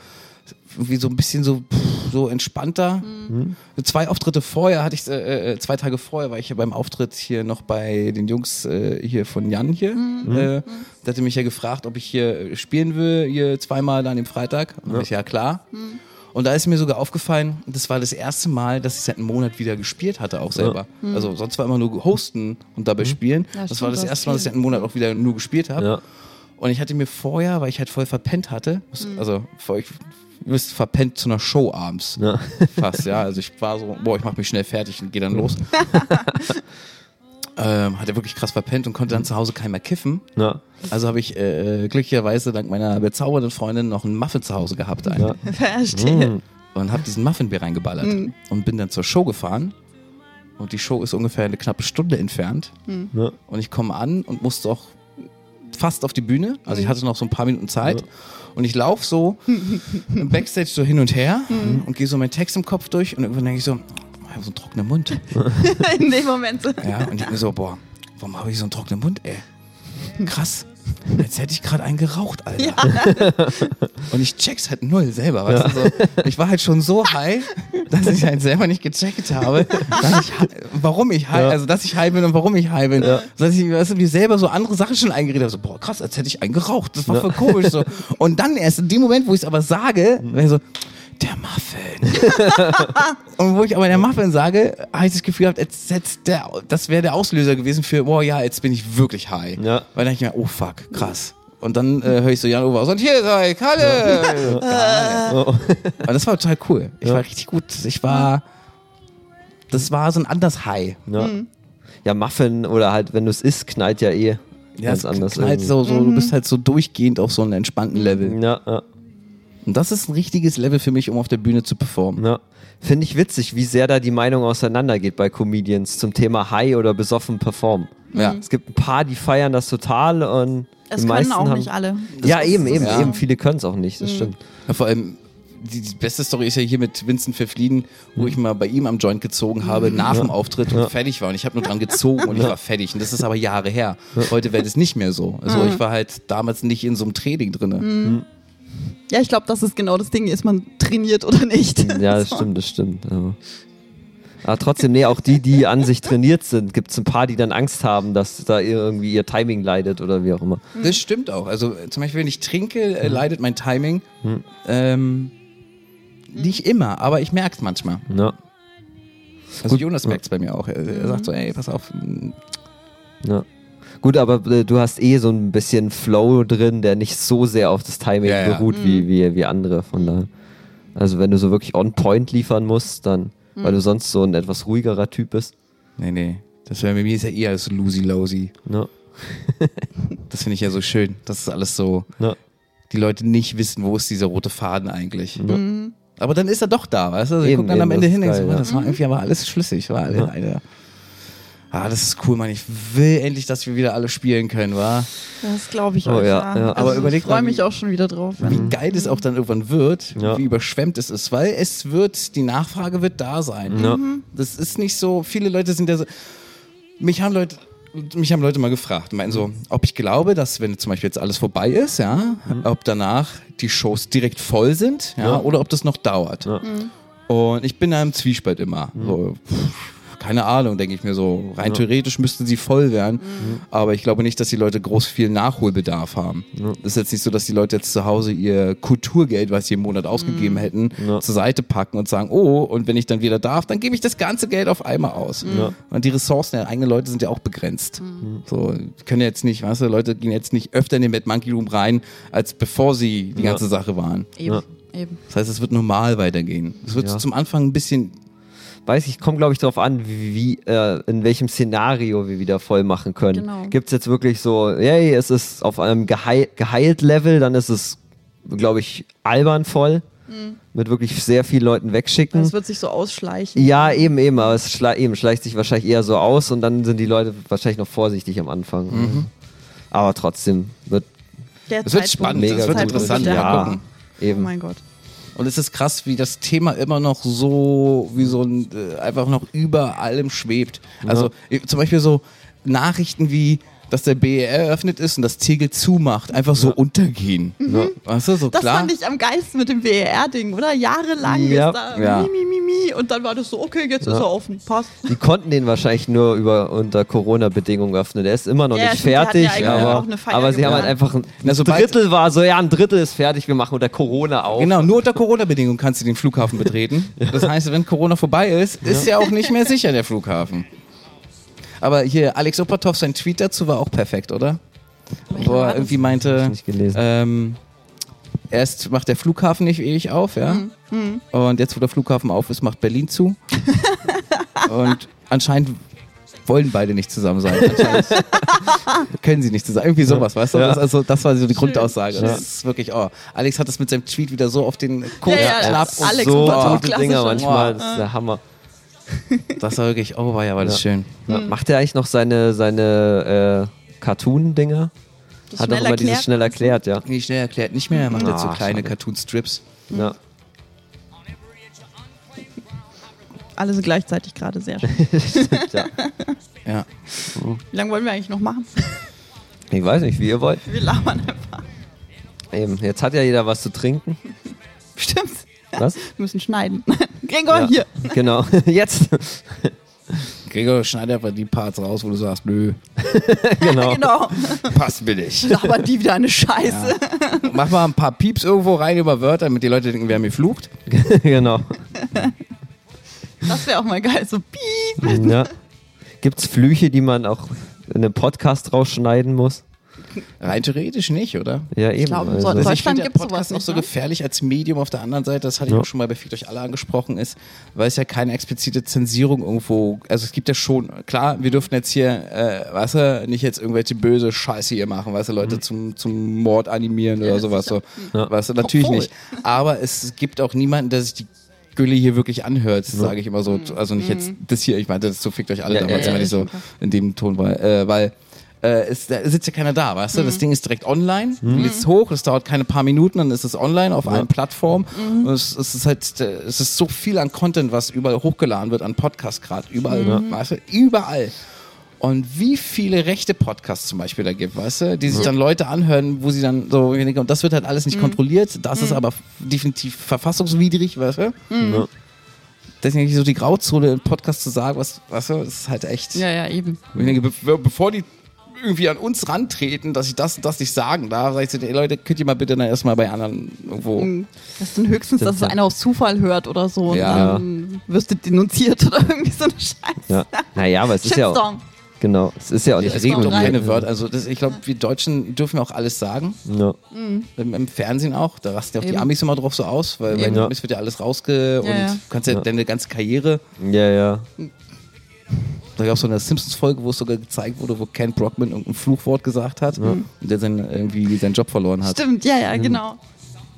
irgendwie so ein bisschen so pff, so entspannter. Zwei Auftritte vorher hatte ich äh, äh, zwei Tage vorher war ich ja beim Auftritt hier noch bei den Jungs äh, hier von Jan hier. Mhm. Äh, der hatte mich ja gefragt, ob ich hier spielen will hier zweimal an dem Freitag. Und ja. ich ja klar. Mhm. Und da ist mir sogar aufgefallen, das war das erste Mal, dass ich seit einem Monat wieder gespielt hatte, auch selber. Also sonst war immer nur hosten und dabei spielen. Mhm. Ja, das stimmt, war das du hast erste Mal, dass ich viel. seit einem Monat auch wieder nur gespielt habe. Ja. Und ich hatte mir vorher, weil ich halt voll verpennt hatte, was- also voll, ich bist verpennt zu einer Show abends. Ja. Fast, ja. Also ich war so, boah, ich mach mich schnell fertig und gehe dann los. ähm, hatte wirklich krass verpennt und konnte dann zu Hause keiner mehr kiffen. Ja. Also habe ich äh, glücklicherweise dank meiner bezaubernden Freundin noch einen Muffin zu Hause gehabt. Einen. Ja. verstehe. Hm. Und habe diesen Muffinbier reingeballert und bin dann zur Show gefahren. Und die Show ist ungefähr eine knappe Stunde entfernt. Ja. Und ich komme an und musste auch fast auf die Bühne. Also ich hatte noch so ein paar Minuten Zeit. Und ich laufe so im Backstage so hin und her und gehe so meinen Text im Kopf durch. Und irgendwann denke ich so, ich habe so einen trockenen Mund. In dem Moment. so. Ja, und ich denk mir so, boah, warum habe ich so einen trockenen Mund, ey? Krass. Als hätte ich gerade einen geraucht, Alter. Und ich check's halt null selber, weißt du so. Ich war halt schon so high, dass ich halt selber nicht gecheckt habe, dass ich, hei- warum ich high, Ja. also dass ich high bin und warum ich high bin. Ja. Dass ich weißt du, mir selber so andere Sachen schon eingeredet habe. So, boah, krass, als hätte ich einen geraucht. Das war voll komisch so. Und dann erst in dem Moment, wo ich es aber sage, war ich so, der Muffin. und wo ich aber der Muffin sage, habe ich das Gefühl gehabt, als hätte der, das wäre der Auslöser gewesen für, boah, ja, jetzt bin ich wirklich high. Ja. Weil dann dachte ich mir, oh fuck, krass. Und dann äh, höre ich so Jan Uwe aus und hier sei Kalle. Aber das war total cool. Ich Ja. war richtig gut. Ich war. Das war so ein anders High. Ja. Hm. ja, Muffin oder halt, wenn du es isst, knallt ja eh. Ja, ganz es anders. knallt irgendwie. so, so, du bist halt so durchgehend auf so einem entspannten Level. Ja, ja, Und das ist ein richtiges Level für mich, um auf der Bühne zu performen. ja. Finde ich witzig, wie sehr da die Meinung auseinandergeht bei Comedians zum Thema High oder besoffen performen. Ja. Es gibt ein paar, die feiern das total und Es können die meisten auch haben, nicht alle. Ja, eben, eben, Ja. Mhm. eben. Viele können es auch nicht, das stimmt. Ja, vor allem, die, die beste Story ist ja hier mit Vincent Verflieden, wo ich mal bei ihm am Joint gezogen habe, nach dem Auftritt und fertig war. Und ich habe nur dran gezogen und ich war fertig. Und das ist aber Jahre her. Heute wäre das nicht mehr so. Also ich war halt damals nicht in so einem Training drinne. Ja, ich glaube, das ist genau das Ding, ist man trainiert oder nicht. Ja, das So. stimmt, das stimmt. Aber, aber trotzdem, nee, auch die, die an sich trainiert sind, gibt es ein paar, die dann Angst haben, dass da irgendwie ihr Timing leidet oder wie auch immer. Das stimmt auch. Also äh, zum Beispiel, wenn ich trinke, äh, leidet mein Timing. Ähm, nicht immer, aber ich merke es manchmal. Ja, Also Jonas merkt es bei mir auch. Er, er sagt so, ey, pass auf. m, ja. Gut, aber äh, du hast eh so ein bisschen Flow drin, der nicht so sehr auf das Timing Ja, ja. beruht Wie, wie, wie andere. Von daher. Also wenn du so wirklich on point liefern musst, dann, weil du sonst so ein etwas ruhigerer Typ bist. Nee, nee. Das wäre bei mir ist ja eher so loosey-loosey. Ja, Das finde ich ja so schön. Das ist alles so, ja. die Leute nicht wissen, wo ist dieser rote Faden eigentlich. Aber dann ist er doch da, weißt du? Also, Eben, guckt dann eben, am Ende das hin und ist denkt so, geil, "Mann, ja. das war irgendwie aber alles schlüssig, war alle, alle. Ah, das ist cool, Mann. Ich will endlich, dass wir wieder alle spielen können, war. Das glaube ich Oh, auch. ja, ja. Also Aber überleg ich freue mal, mich wie- auch schon wieder drauf. Hm. wie geil es auch dann irgendwann wird, Ja. wie überschwemmt es ist, weil es wird, die Nachfrage wird da sein. Ja. Das ist nicht so, viele Leute sind ja so, mich haben Leute, mich haben Leute mal gefragt, meinen so, ob ich glaube, dass wenn zum Beispiel jetzt alles vorbei ist, ja, ob danach die Shows direkt voll sind, ja, Mhm. Ja. oder ob das noch dauert. Ja. Und ich bin da im Zwiespalt immer. Mhm. So, pff, keine Ahnung, denke ich mir so. Rein theoretisch müssten sie voll werden, Mhm. aber ich glaube nicht, dass die Leute groß viel Nachholbedarf haben. Es ist jetzt nicht so, dass die Leute jetzt zu Hause ihr Kulturgeld, was sie im Monat ausgegeben hätten, Mhm. Ja. zur Seite packen und sagen, oh, und wenn ich dann wieder darf, dann gebe ich das ganze Geld auf einmal aus. Mhm. Ja. Mhm. Und die Ressourcen der eigenen Leute sind ja auch begrenzt. So, die können ja jetzt nicht, weißt du, Leute gehen jetzt nicht öfter in den Mad Monkey Room rein, als bevor sie die Ja. ganze Sache waren. Eben, Ja. eben. Das heißt, es wird normal weitergehen. Es wird Ja. zum Anfang ein bisschen weiß ich, kommt glaube ich darauf an, wie, wie äh, in welchem Szenario wir wieder voll machen können. Genau. Gibt es jetzt wirklich so, yay, es ist auf einem geheil geheilt Level, dann ist es, glaube ich, albern voll. Mit wirklich sehr vielen Leuten wegschicken. Mhm. Das Also wird sich so ausschleichen. ja, eben, eben, aber es schle eben, schleicht sich wahrscheinlich eher so aus und dann sind die Leute wahrscheinlich noch vorsichtig am Anfang. Mhm. Aber trotzdem wird Der Es wird Zeitpunkt- spannend, der mega wird Zeitpunkt gut. interessant, wird ja. der ja. Hammer. Oh Eben. mein Gott. Und es ist krass, wie das Thema immer noch so, wie so ein, äh, einfach noch über allem schwebt. Also äh, zum Beispiel so Nachrichten wie, dass der BER eröffnet ist und das Tegel zumacht, einfach so untergehen. Weißt du, so Das klar. fand ich am geilsten mit dem WER-Ding, oder? Jahrelang Ja. ist da Ja. mi, mi, mi, mi. Und dann war das so, okay, jetzt ist er offen, passt. Die konnten den wahrscheinlich nur über, unter Corona-Bedingungen öffnen. Der ist immer noch Ja, nicht stimmt, die hatten fertig, ja eigentlich auch aber, eine Feier aber sie haben halt geplant. einfach ein, Na, ein sobald- Drittel war so, ja, ein Drittel ist fertig, wir machen unter Corona auf. genau, nur unter Corona-Bedingungen kannst du den Flughafen betreten. Das heißt, wenn Corona vorbei ist, ist ja auch nicht mehr sicher der Flughafen. Aber hier, Alex Opatov, sein Tweet dazu war auch perfekt, oder? Wo er irgendwie meinte, Nicht gelesen. Ähm, erst macht der Flughafen nicht ewig auf, ja. Mhm. Und jetzt, wo der Flughafen auf ist, macht Berlin zu. Und anscheinend wollen beide nicht zusammen sein. Anscheinend können sie nicht zusammen. Irgendwie sowas, weißt du? Ja. Das, also, das war so die Grundaussage. schön. Das ist wirklich, oh. Alex hat das mit seinem Tweet wieder so auf den Kopf Ja, ja, knapp das ist und Alex so so. Obertop, Oh, gute Dinger klassischer. manchmal, Wow. das ist der Hammer. das war wirklich, oh, war ja, war das schön. Ja, Hm. macht er eigentlich noch seine, seine äh, Cartoon-Dinger? Das Hat auch schnell immer dieses erklärt. schnell erklärt, ja. Nee, schnell erklärt, nicht mehr. Er macht jetzt so Ah, kleine schade. Cartoon-Strips. Hm. ja. Alle sind gleichzeitig gerade sehr schön. Ja. Wie lange wollen wir eigentlich noch machen? Ich weiß nicht, wie ihr wollt. Wir labern einfach. Eben, jetzt hat ja jeder was zu trinken. Stimmt. Was? Wir müssen schneiden. Gregor, Ja. hier. Genau. Jetzt. Gregor, schneid einfach die Parts raus, wo du sagst, nö, genau. Genau. passt mir nicht. Laber die wieder eine Scheiße. Mach mal ein paar Pieps irgendwo rein über Wörter, damit die Leute denken, wir haben geflucht. genau. Das wäre auch mal geil. So piep. Hm, Ja. Gibt es Flüche, die man auch in einem Podcast rausschneiden muss? Rein theoretisch nicht, oder? Ja, eben. glaube, also. soll- soll- ich Deutschland finde, der gibt's Podcast sowas nicht, auch so ne? gefährlich als Medium auf der anderen Seite, das hatte ich Ja. auch schon mal bei Feed euch alle angesprochen, ist, weil es ja keine explizite Zensierung irgendwo, also es gibt ja schon, klar, wir dürfen jetzt hier, äh, weißt du, nicht jetzt irgendwelche böse Scheiße hier machen, weißt du, Leute zum, zum Mord animieren oder sowas, so, weißt du, natürlich Obwohl. nicht. Aber es gibt auch niemanden, der sich die Gülle hier wirklich anhört, sage ich immer Mhm. so, also nicht jetzt das hier, ich meinte, das so fickt euch alle Ja, damals, ja, ja. wenn ich so in dem Ton war, äh, weil äh, es, da sitzt ja keiner da, weißt du? Das Ding ist direkt online, mhm. lädst es hoch, es dauert keine paar Minuten, dann ist es online auf allen Plattformen. Mhm. Und es, es ist halt, äh, es ist so viel an Content, was überall hochgeladen wird, an Podcasts gerade, überall, Mhm. Mhm. weißt du? Überall. Und wie viele rechte Podcasts zum Beispiel da gibt, weißt du, die sich dann Leute anhören, wo sie dann so, und das wird halt alles Mhm. nicht kontrolliert, das ist aber definitiv verfassungswidrig, weißt du? Ja. Deswegen so die Grauzone im Podcast zu sagen, was, weißt du, ist halt echt. Ja, ja, eben. Und ich denke, be bevor die irgendwie an uns rantreten, dass ich das und das nicht sagen darf, sag ich zu denen, ey Leute, könnt ihr mal bitte dann erstmal bei anderen irgendwo. Das sind höchstens, dass es Stimmt, ja. einer aus Zufall hört oder so. Ja. Und dann wirst du denunziert oder irgendwie so eine Scheiße. Ja. Naja, aber es ist ja auch. Shitstorm. Genau. Es ist ja auch nicht Es kommt Nein. Doch keine reguliert. Wörter. Also das, ich glaube, wir Deutschen dürfen auch alles sagen. Ja. Im, im Fernsehen auch. Da rasten ja auch die Eben. Amis immer drauf so aus, weil bei Eben. den Amis wird ja alles rausge und ja. kannst ja, deine ganze Karriere. Ja, ja. Da gab es so eine Simpsons-Folge, wo es sogar gezeigt wurde, wo Ken Brockman irgendein Fluchwort gesagt hat und der seinen, irgendwie seinen Job verloren hat. Stimmt, ja, ja, genau.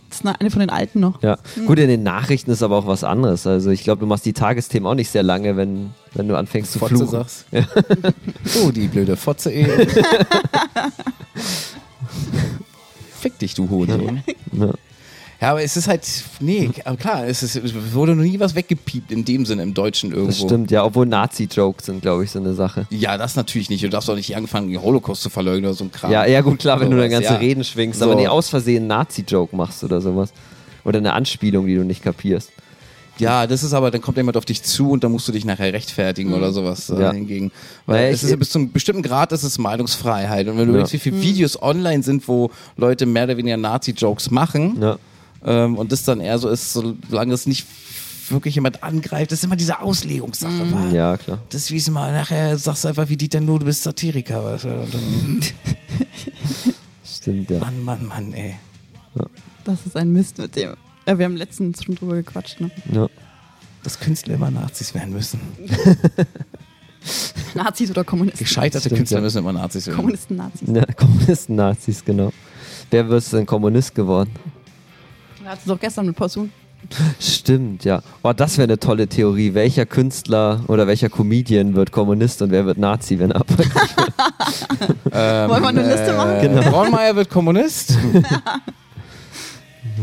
Das ist eine- eine von den alten noch. Ja, gut, in den Nachrichten ist aber auch was anderes. Also ich glaube, du machst die Tagesthemen auch nicht sehr lange, wenn, wenn du anfängst zu Fotze fluchen. sagst. Oh, die blöde Fotze eh. Fick dich, du Hohn. Ja. Ja, aber es ist halt, nee, aber klar, es, ist, es wurde noch nie was weggepiept in dem Sinne im Deutschen irgendwo. Das stimmt, ja, obwohl Nazi-Jokes sind, glaube ich, so eine Sache. Ja, das natürlich nicht. Du darfst auch nicht anfangen, den Holocaust zu verleugnen oder so ein Kram. Ja, ja, gut, klar, wenn du deine Sowas, ganze ja. Reden schwingst, So. aber nee, aus Versehen einen Nazi-Joke machst oder sowas. Oder eine Anspielung, die du nicht kapierst. Ja, das ist aber, dann kommt jemand auf dich zu und dann musst du dich nachher rechtfertigen oder sowas äh, Mhm. Ja. hingegen. Weil Naja, es ich- ist ja bis zu einem bestimmten Grad ist es Meinungsfreiheit. Und wenn du überlegst, wie viele Videos online sind, wo Leute mehr oder weniger Nazi-Jokes machen, Ja. Ähm, und das dann eher so ist, solange es nicht wirklich jemand angreift, das ist immer diese Auslegungssache. wa? Mhm. Ja, klar. Das wie es mal nachher sagst du einfach wie Dieter Nuhr, du bist Satiriker. Weißt du? und dann, Stimmt, ja. Mann, Mann, Mann, ey. Das ist ein Mist mit dem. Ja, wir haben letztens schon drüber gequatscht, ne? ja. Dass Künstler immer Nazis werden müssen. Nazis oder Kommunisten. Gescheiterte Stimmt, Künstler ja. müssen immer Nazis werden. Kommunisten, Nazis. ja Kommunisten-Nazis, genau. Wer wirst denn Kommunist geworden? Wir hatten es auch gestern mit Portion. Stimmt, ja. Oh, das wäre eine tolle Theorie. Welcher Künstler oder welcher Comedian wird Kommunist und wer wird Nazi, wenn er Ähm, Wollen wir eine Liste machen? Äh, genau. Bornmeier wird Kommunist.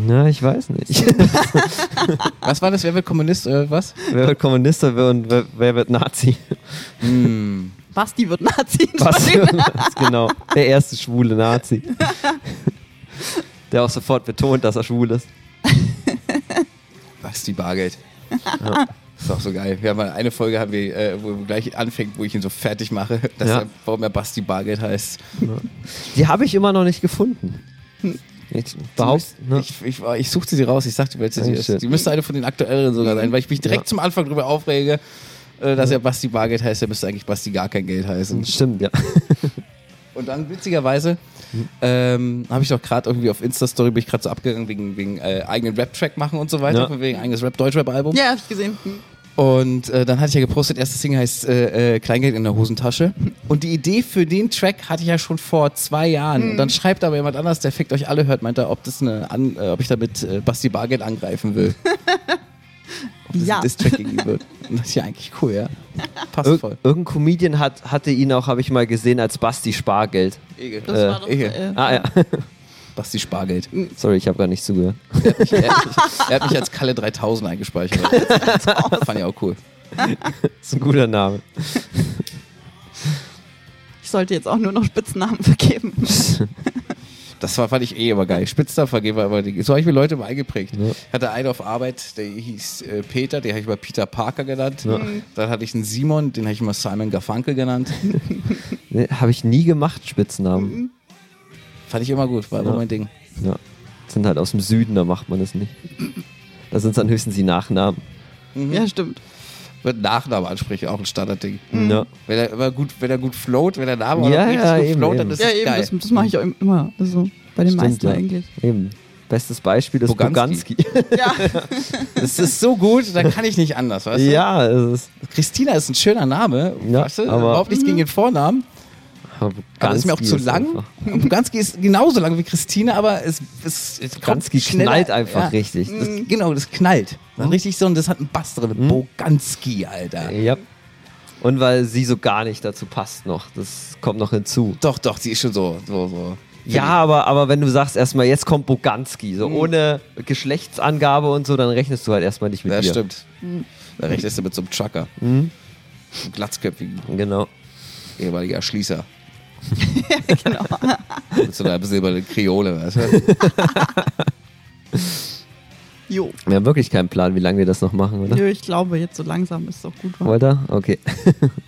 Na, ich weiß nicht. Was war das? Wer wird Kommunist? Äh, was? Wer wird Kommunist und wer- und wer, wer wird Nazi? Basti wird Nazi. Was? Was genau. Der erste schwule Nazi. Der auch sofort betont, dass er schwul ist. Was, die Bargeld. Ist auch so geil. Wir haben mal eine Folge, haben wir, äh, wo gleich anfängt, wo ich ihn so fertig mache, dass Ja. er, warum er Basti Bargeld heißt. Die habe ich immer noch nicht gefunden. Ich behaupte, ne? Ich, ich, ich suchte sie raus, ich sagte, welche sie Oh, ist. shit. Die müsste eine von den aktuelleren sogar sein, weil ich mich direkt Ja. zum Anfang darüber aufrege, äh, dass er Basti Bargeld heißt, der müsste eigentlich Basti gar kein Geld heißen. stimmt, ja. Und dann witzigerweise Mhm. ähm, habe ich doch gerade irgendwie auf Insta-Story bin ich gerade so abgegangen wegen, wegen äh, eigenen Rap-Track machen und so weiter, Ja. von wegen eigenes Rap-Deutschrap-Album. Ja, hab ich gesehen. Hm. Und äh, dann hatte ich ja gepostet, erstes Ding heißt äh, äh, Kleingeld in der Hosentasche. Und die Idee für den Track hatte ich ja schon vor zwei Jahren. Und Hm. dann schreibt aber jemand anders, der fickt euch alle hört, meint er, ob, das eine an, äh, ob ich damit äh, Basti Bargeld angreifen will. ob das Ja. ein Diss-Track gegen ihn wird. Und das ist ja eigentlich cool, ja. Passt Ir voll. irgendein Comedian hat, hatte ihn auch, habe ich mal gesehen, als Basti Spargeld. Das Äh, war doch, hier. äh, Ah ja. Basti Spargeld. Sorry, ich habe gar nicht zugehört. er, hat mich, er hat mich als Kalle 3000 eingespeichert. Fand ich auch cool. Das ist ein guter Name. ich sollte jetzt auch nur noch Spitznamen vergeben. Das war, fand ich eh immer geil. Spitznamenvergeber immer. die- So habe ich mir Leute immer eingeprägt. Ich hatte einen auf Arbeit, der hieß äh, Peter, den habe ich mal Peter Parker genannt. Mhm. Dann hatte ich einen Simon, den habe ich mal Simon Garfunkel genannt. Nee, Habe ich nie gemacht, Spitznamen. fand ich immer gut, war immer mein Ding. Ja. Sind halt aus dem Süden, da macht man das nicht. Da sind dann höchstens die Nachnamen. Ja, stimmt. Wird Nachname ansprechen, auch ein Standardding. Ja. Wenn er immer gut, wenn er gut float, wenn der Name auch Mhm. Ja, noch richtig ja, gut eben, float, eben. dann ist ja, es eben, geil. das, das mache ich auch im- immer. Also bei den meisten ja. eigentlich. Eben. Bestes Beispiel ist Boganski. Boganski. Ja, Das ist so gut, da kann ich nicht anders, weißt du? ja, es ist. Christina ist ein schöner Name, Ja, weißt du? aber- Überhaupt nichts gegen den Vornamen, Aber aber ist mir auch Boganski zu lang. einfach- Und Buganski ist genauso lang wie Christina, aber es, es, es kommt Boganski schneller. knallt einfach Ja. richtig. Hm? Das, genau, das knallt. Das ist richtig so und das hat einen Bass drin. Boganski, Alter. Ja. Und weil sie so gar nicht dazu passt noch. Das kommt noch hinzu. Doch, doch, sie ist schon so. so, so. Ja, aber, aber wenn du sagst erstmal, jetzt kommt Boganski, so Hm. ohne Geschlechtsangabe und so, dann rechnest du halt erstmal nicht mit Hm? Ja, dir. stimmt. Da rechnest du mit so einem Trucker. Einem glatzköpfigen Genau. ehemaliger Schließer. genau. mit so einer silbernen Kriole, weißt du? jo. Wir haben wirklich keinen Plan, wie lange wir das noch machen, oder? Nö, ich glaube, jetzt so langsam ist es auch gut. wa? Walter? Okay.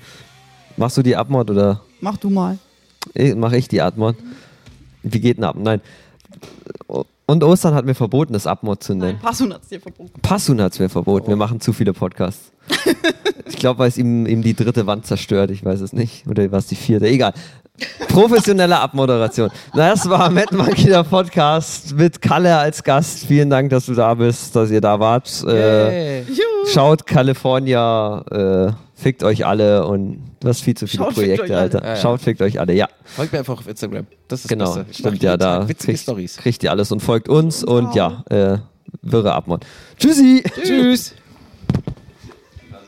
Machst du die Abmord oder Mach du mal. ich, mach ich die Abmord? Wie geht denn ab? Nein. Und Ostern hat mir verboten, das Abmord zu nennen. Passung hat es dir verboten. Passun hat es mir verboten. Wir machen zu viele Podcasts. ich glaube, weil es ihm, ihm die dritte Wand zerstört. Ich weiß es nicht. Oder war es die vierte? Egal. Professionelle Abmoderation. Na, das war Matt Monkey, der Podcast mit Kalle als Gast. Vielen Dank, dass du da bist, dass ihr da wart. Äh, Juhu. schaut California, äh, fickt euch alle und du hast viel zu viele Schaut, fickt Projekte, euch alle. Alter. Ja, ja. Schaut, fickt euch alle, ja. Folgt mir einfach auf Instagram. Das ist Genau, das Beste. Ich mach stimmt jeden ja Tag da. Witzige kriegt- Stories. Genau. Kriegt ihr alles und folgt uns und ja, äh, wirre Abmord. Tschüssi! Tschüss.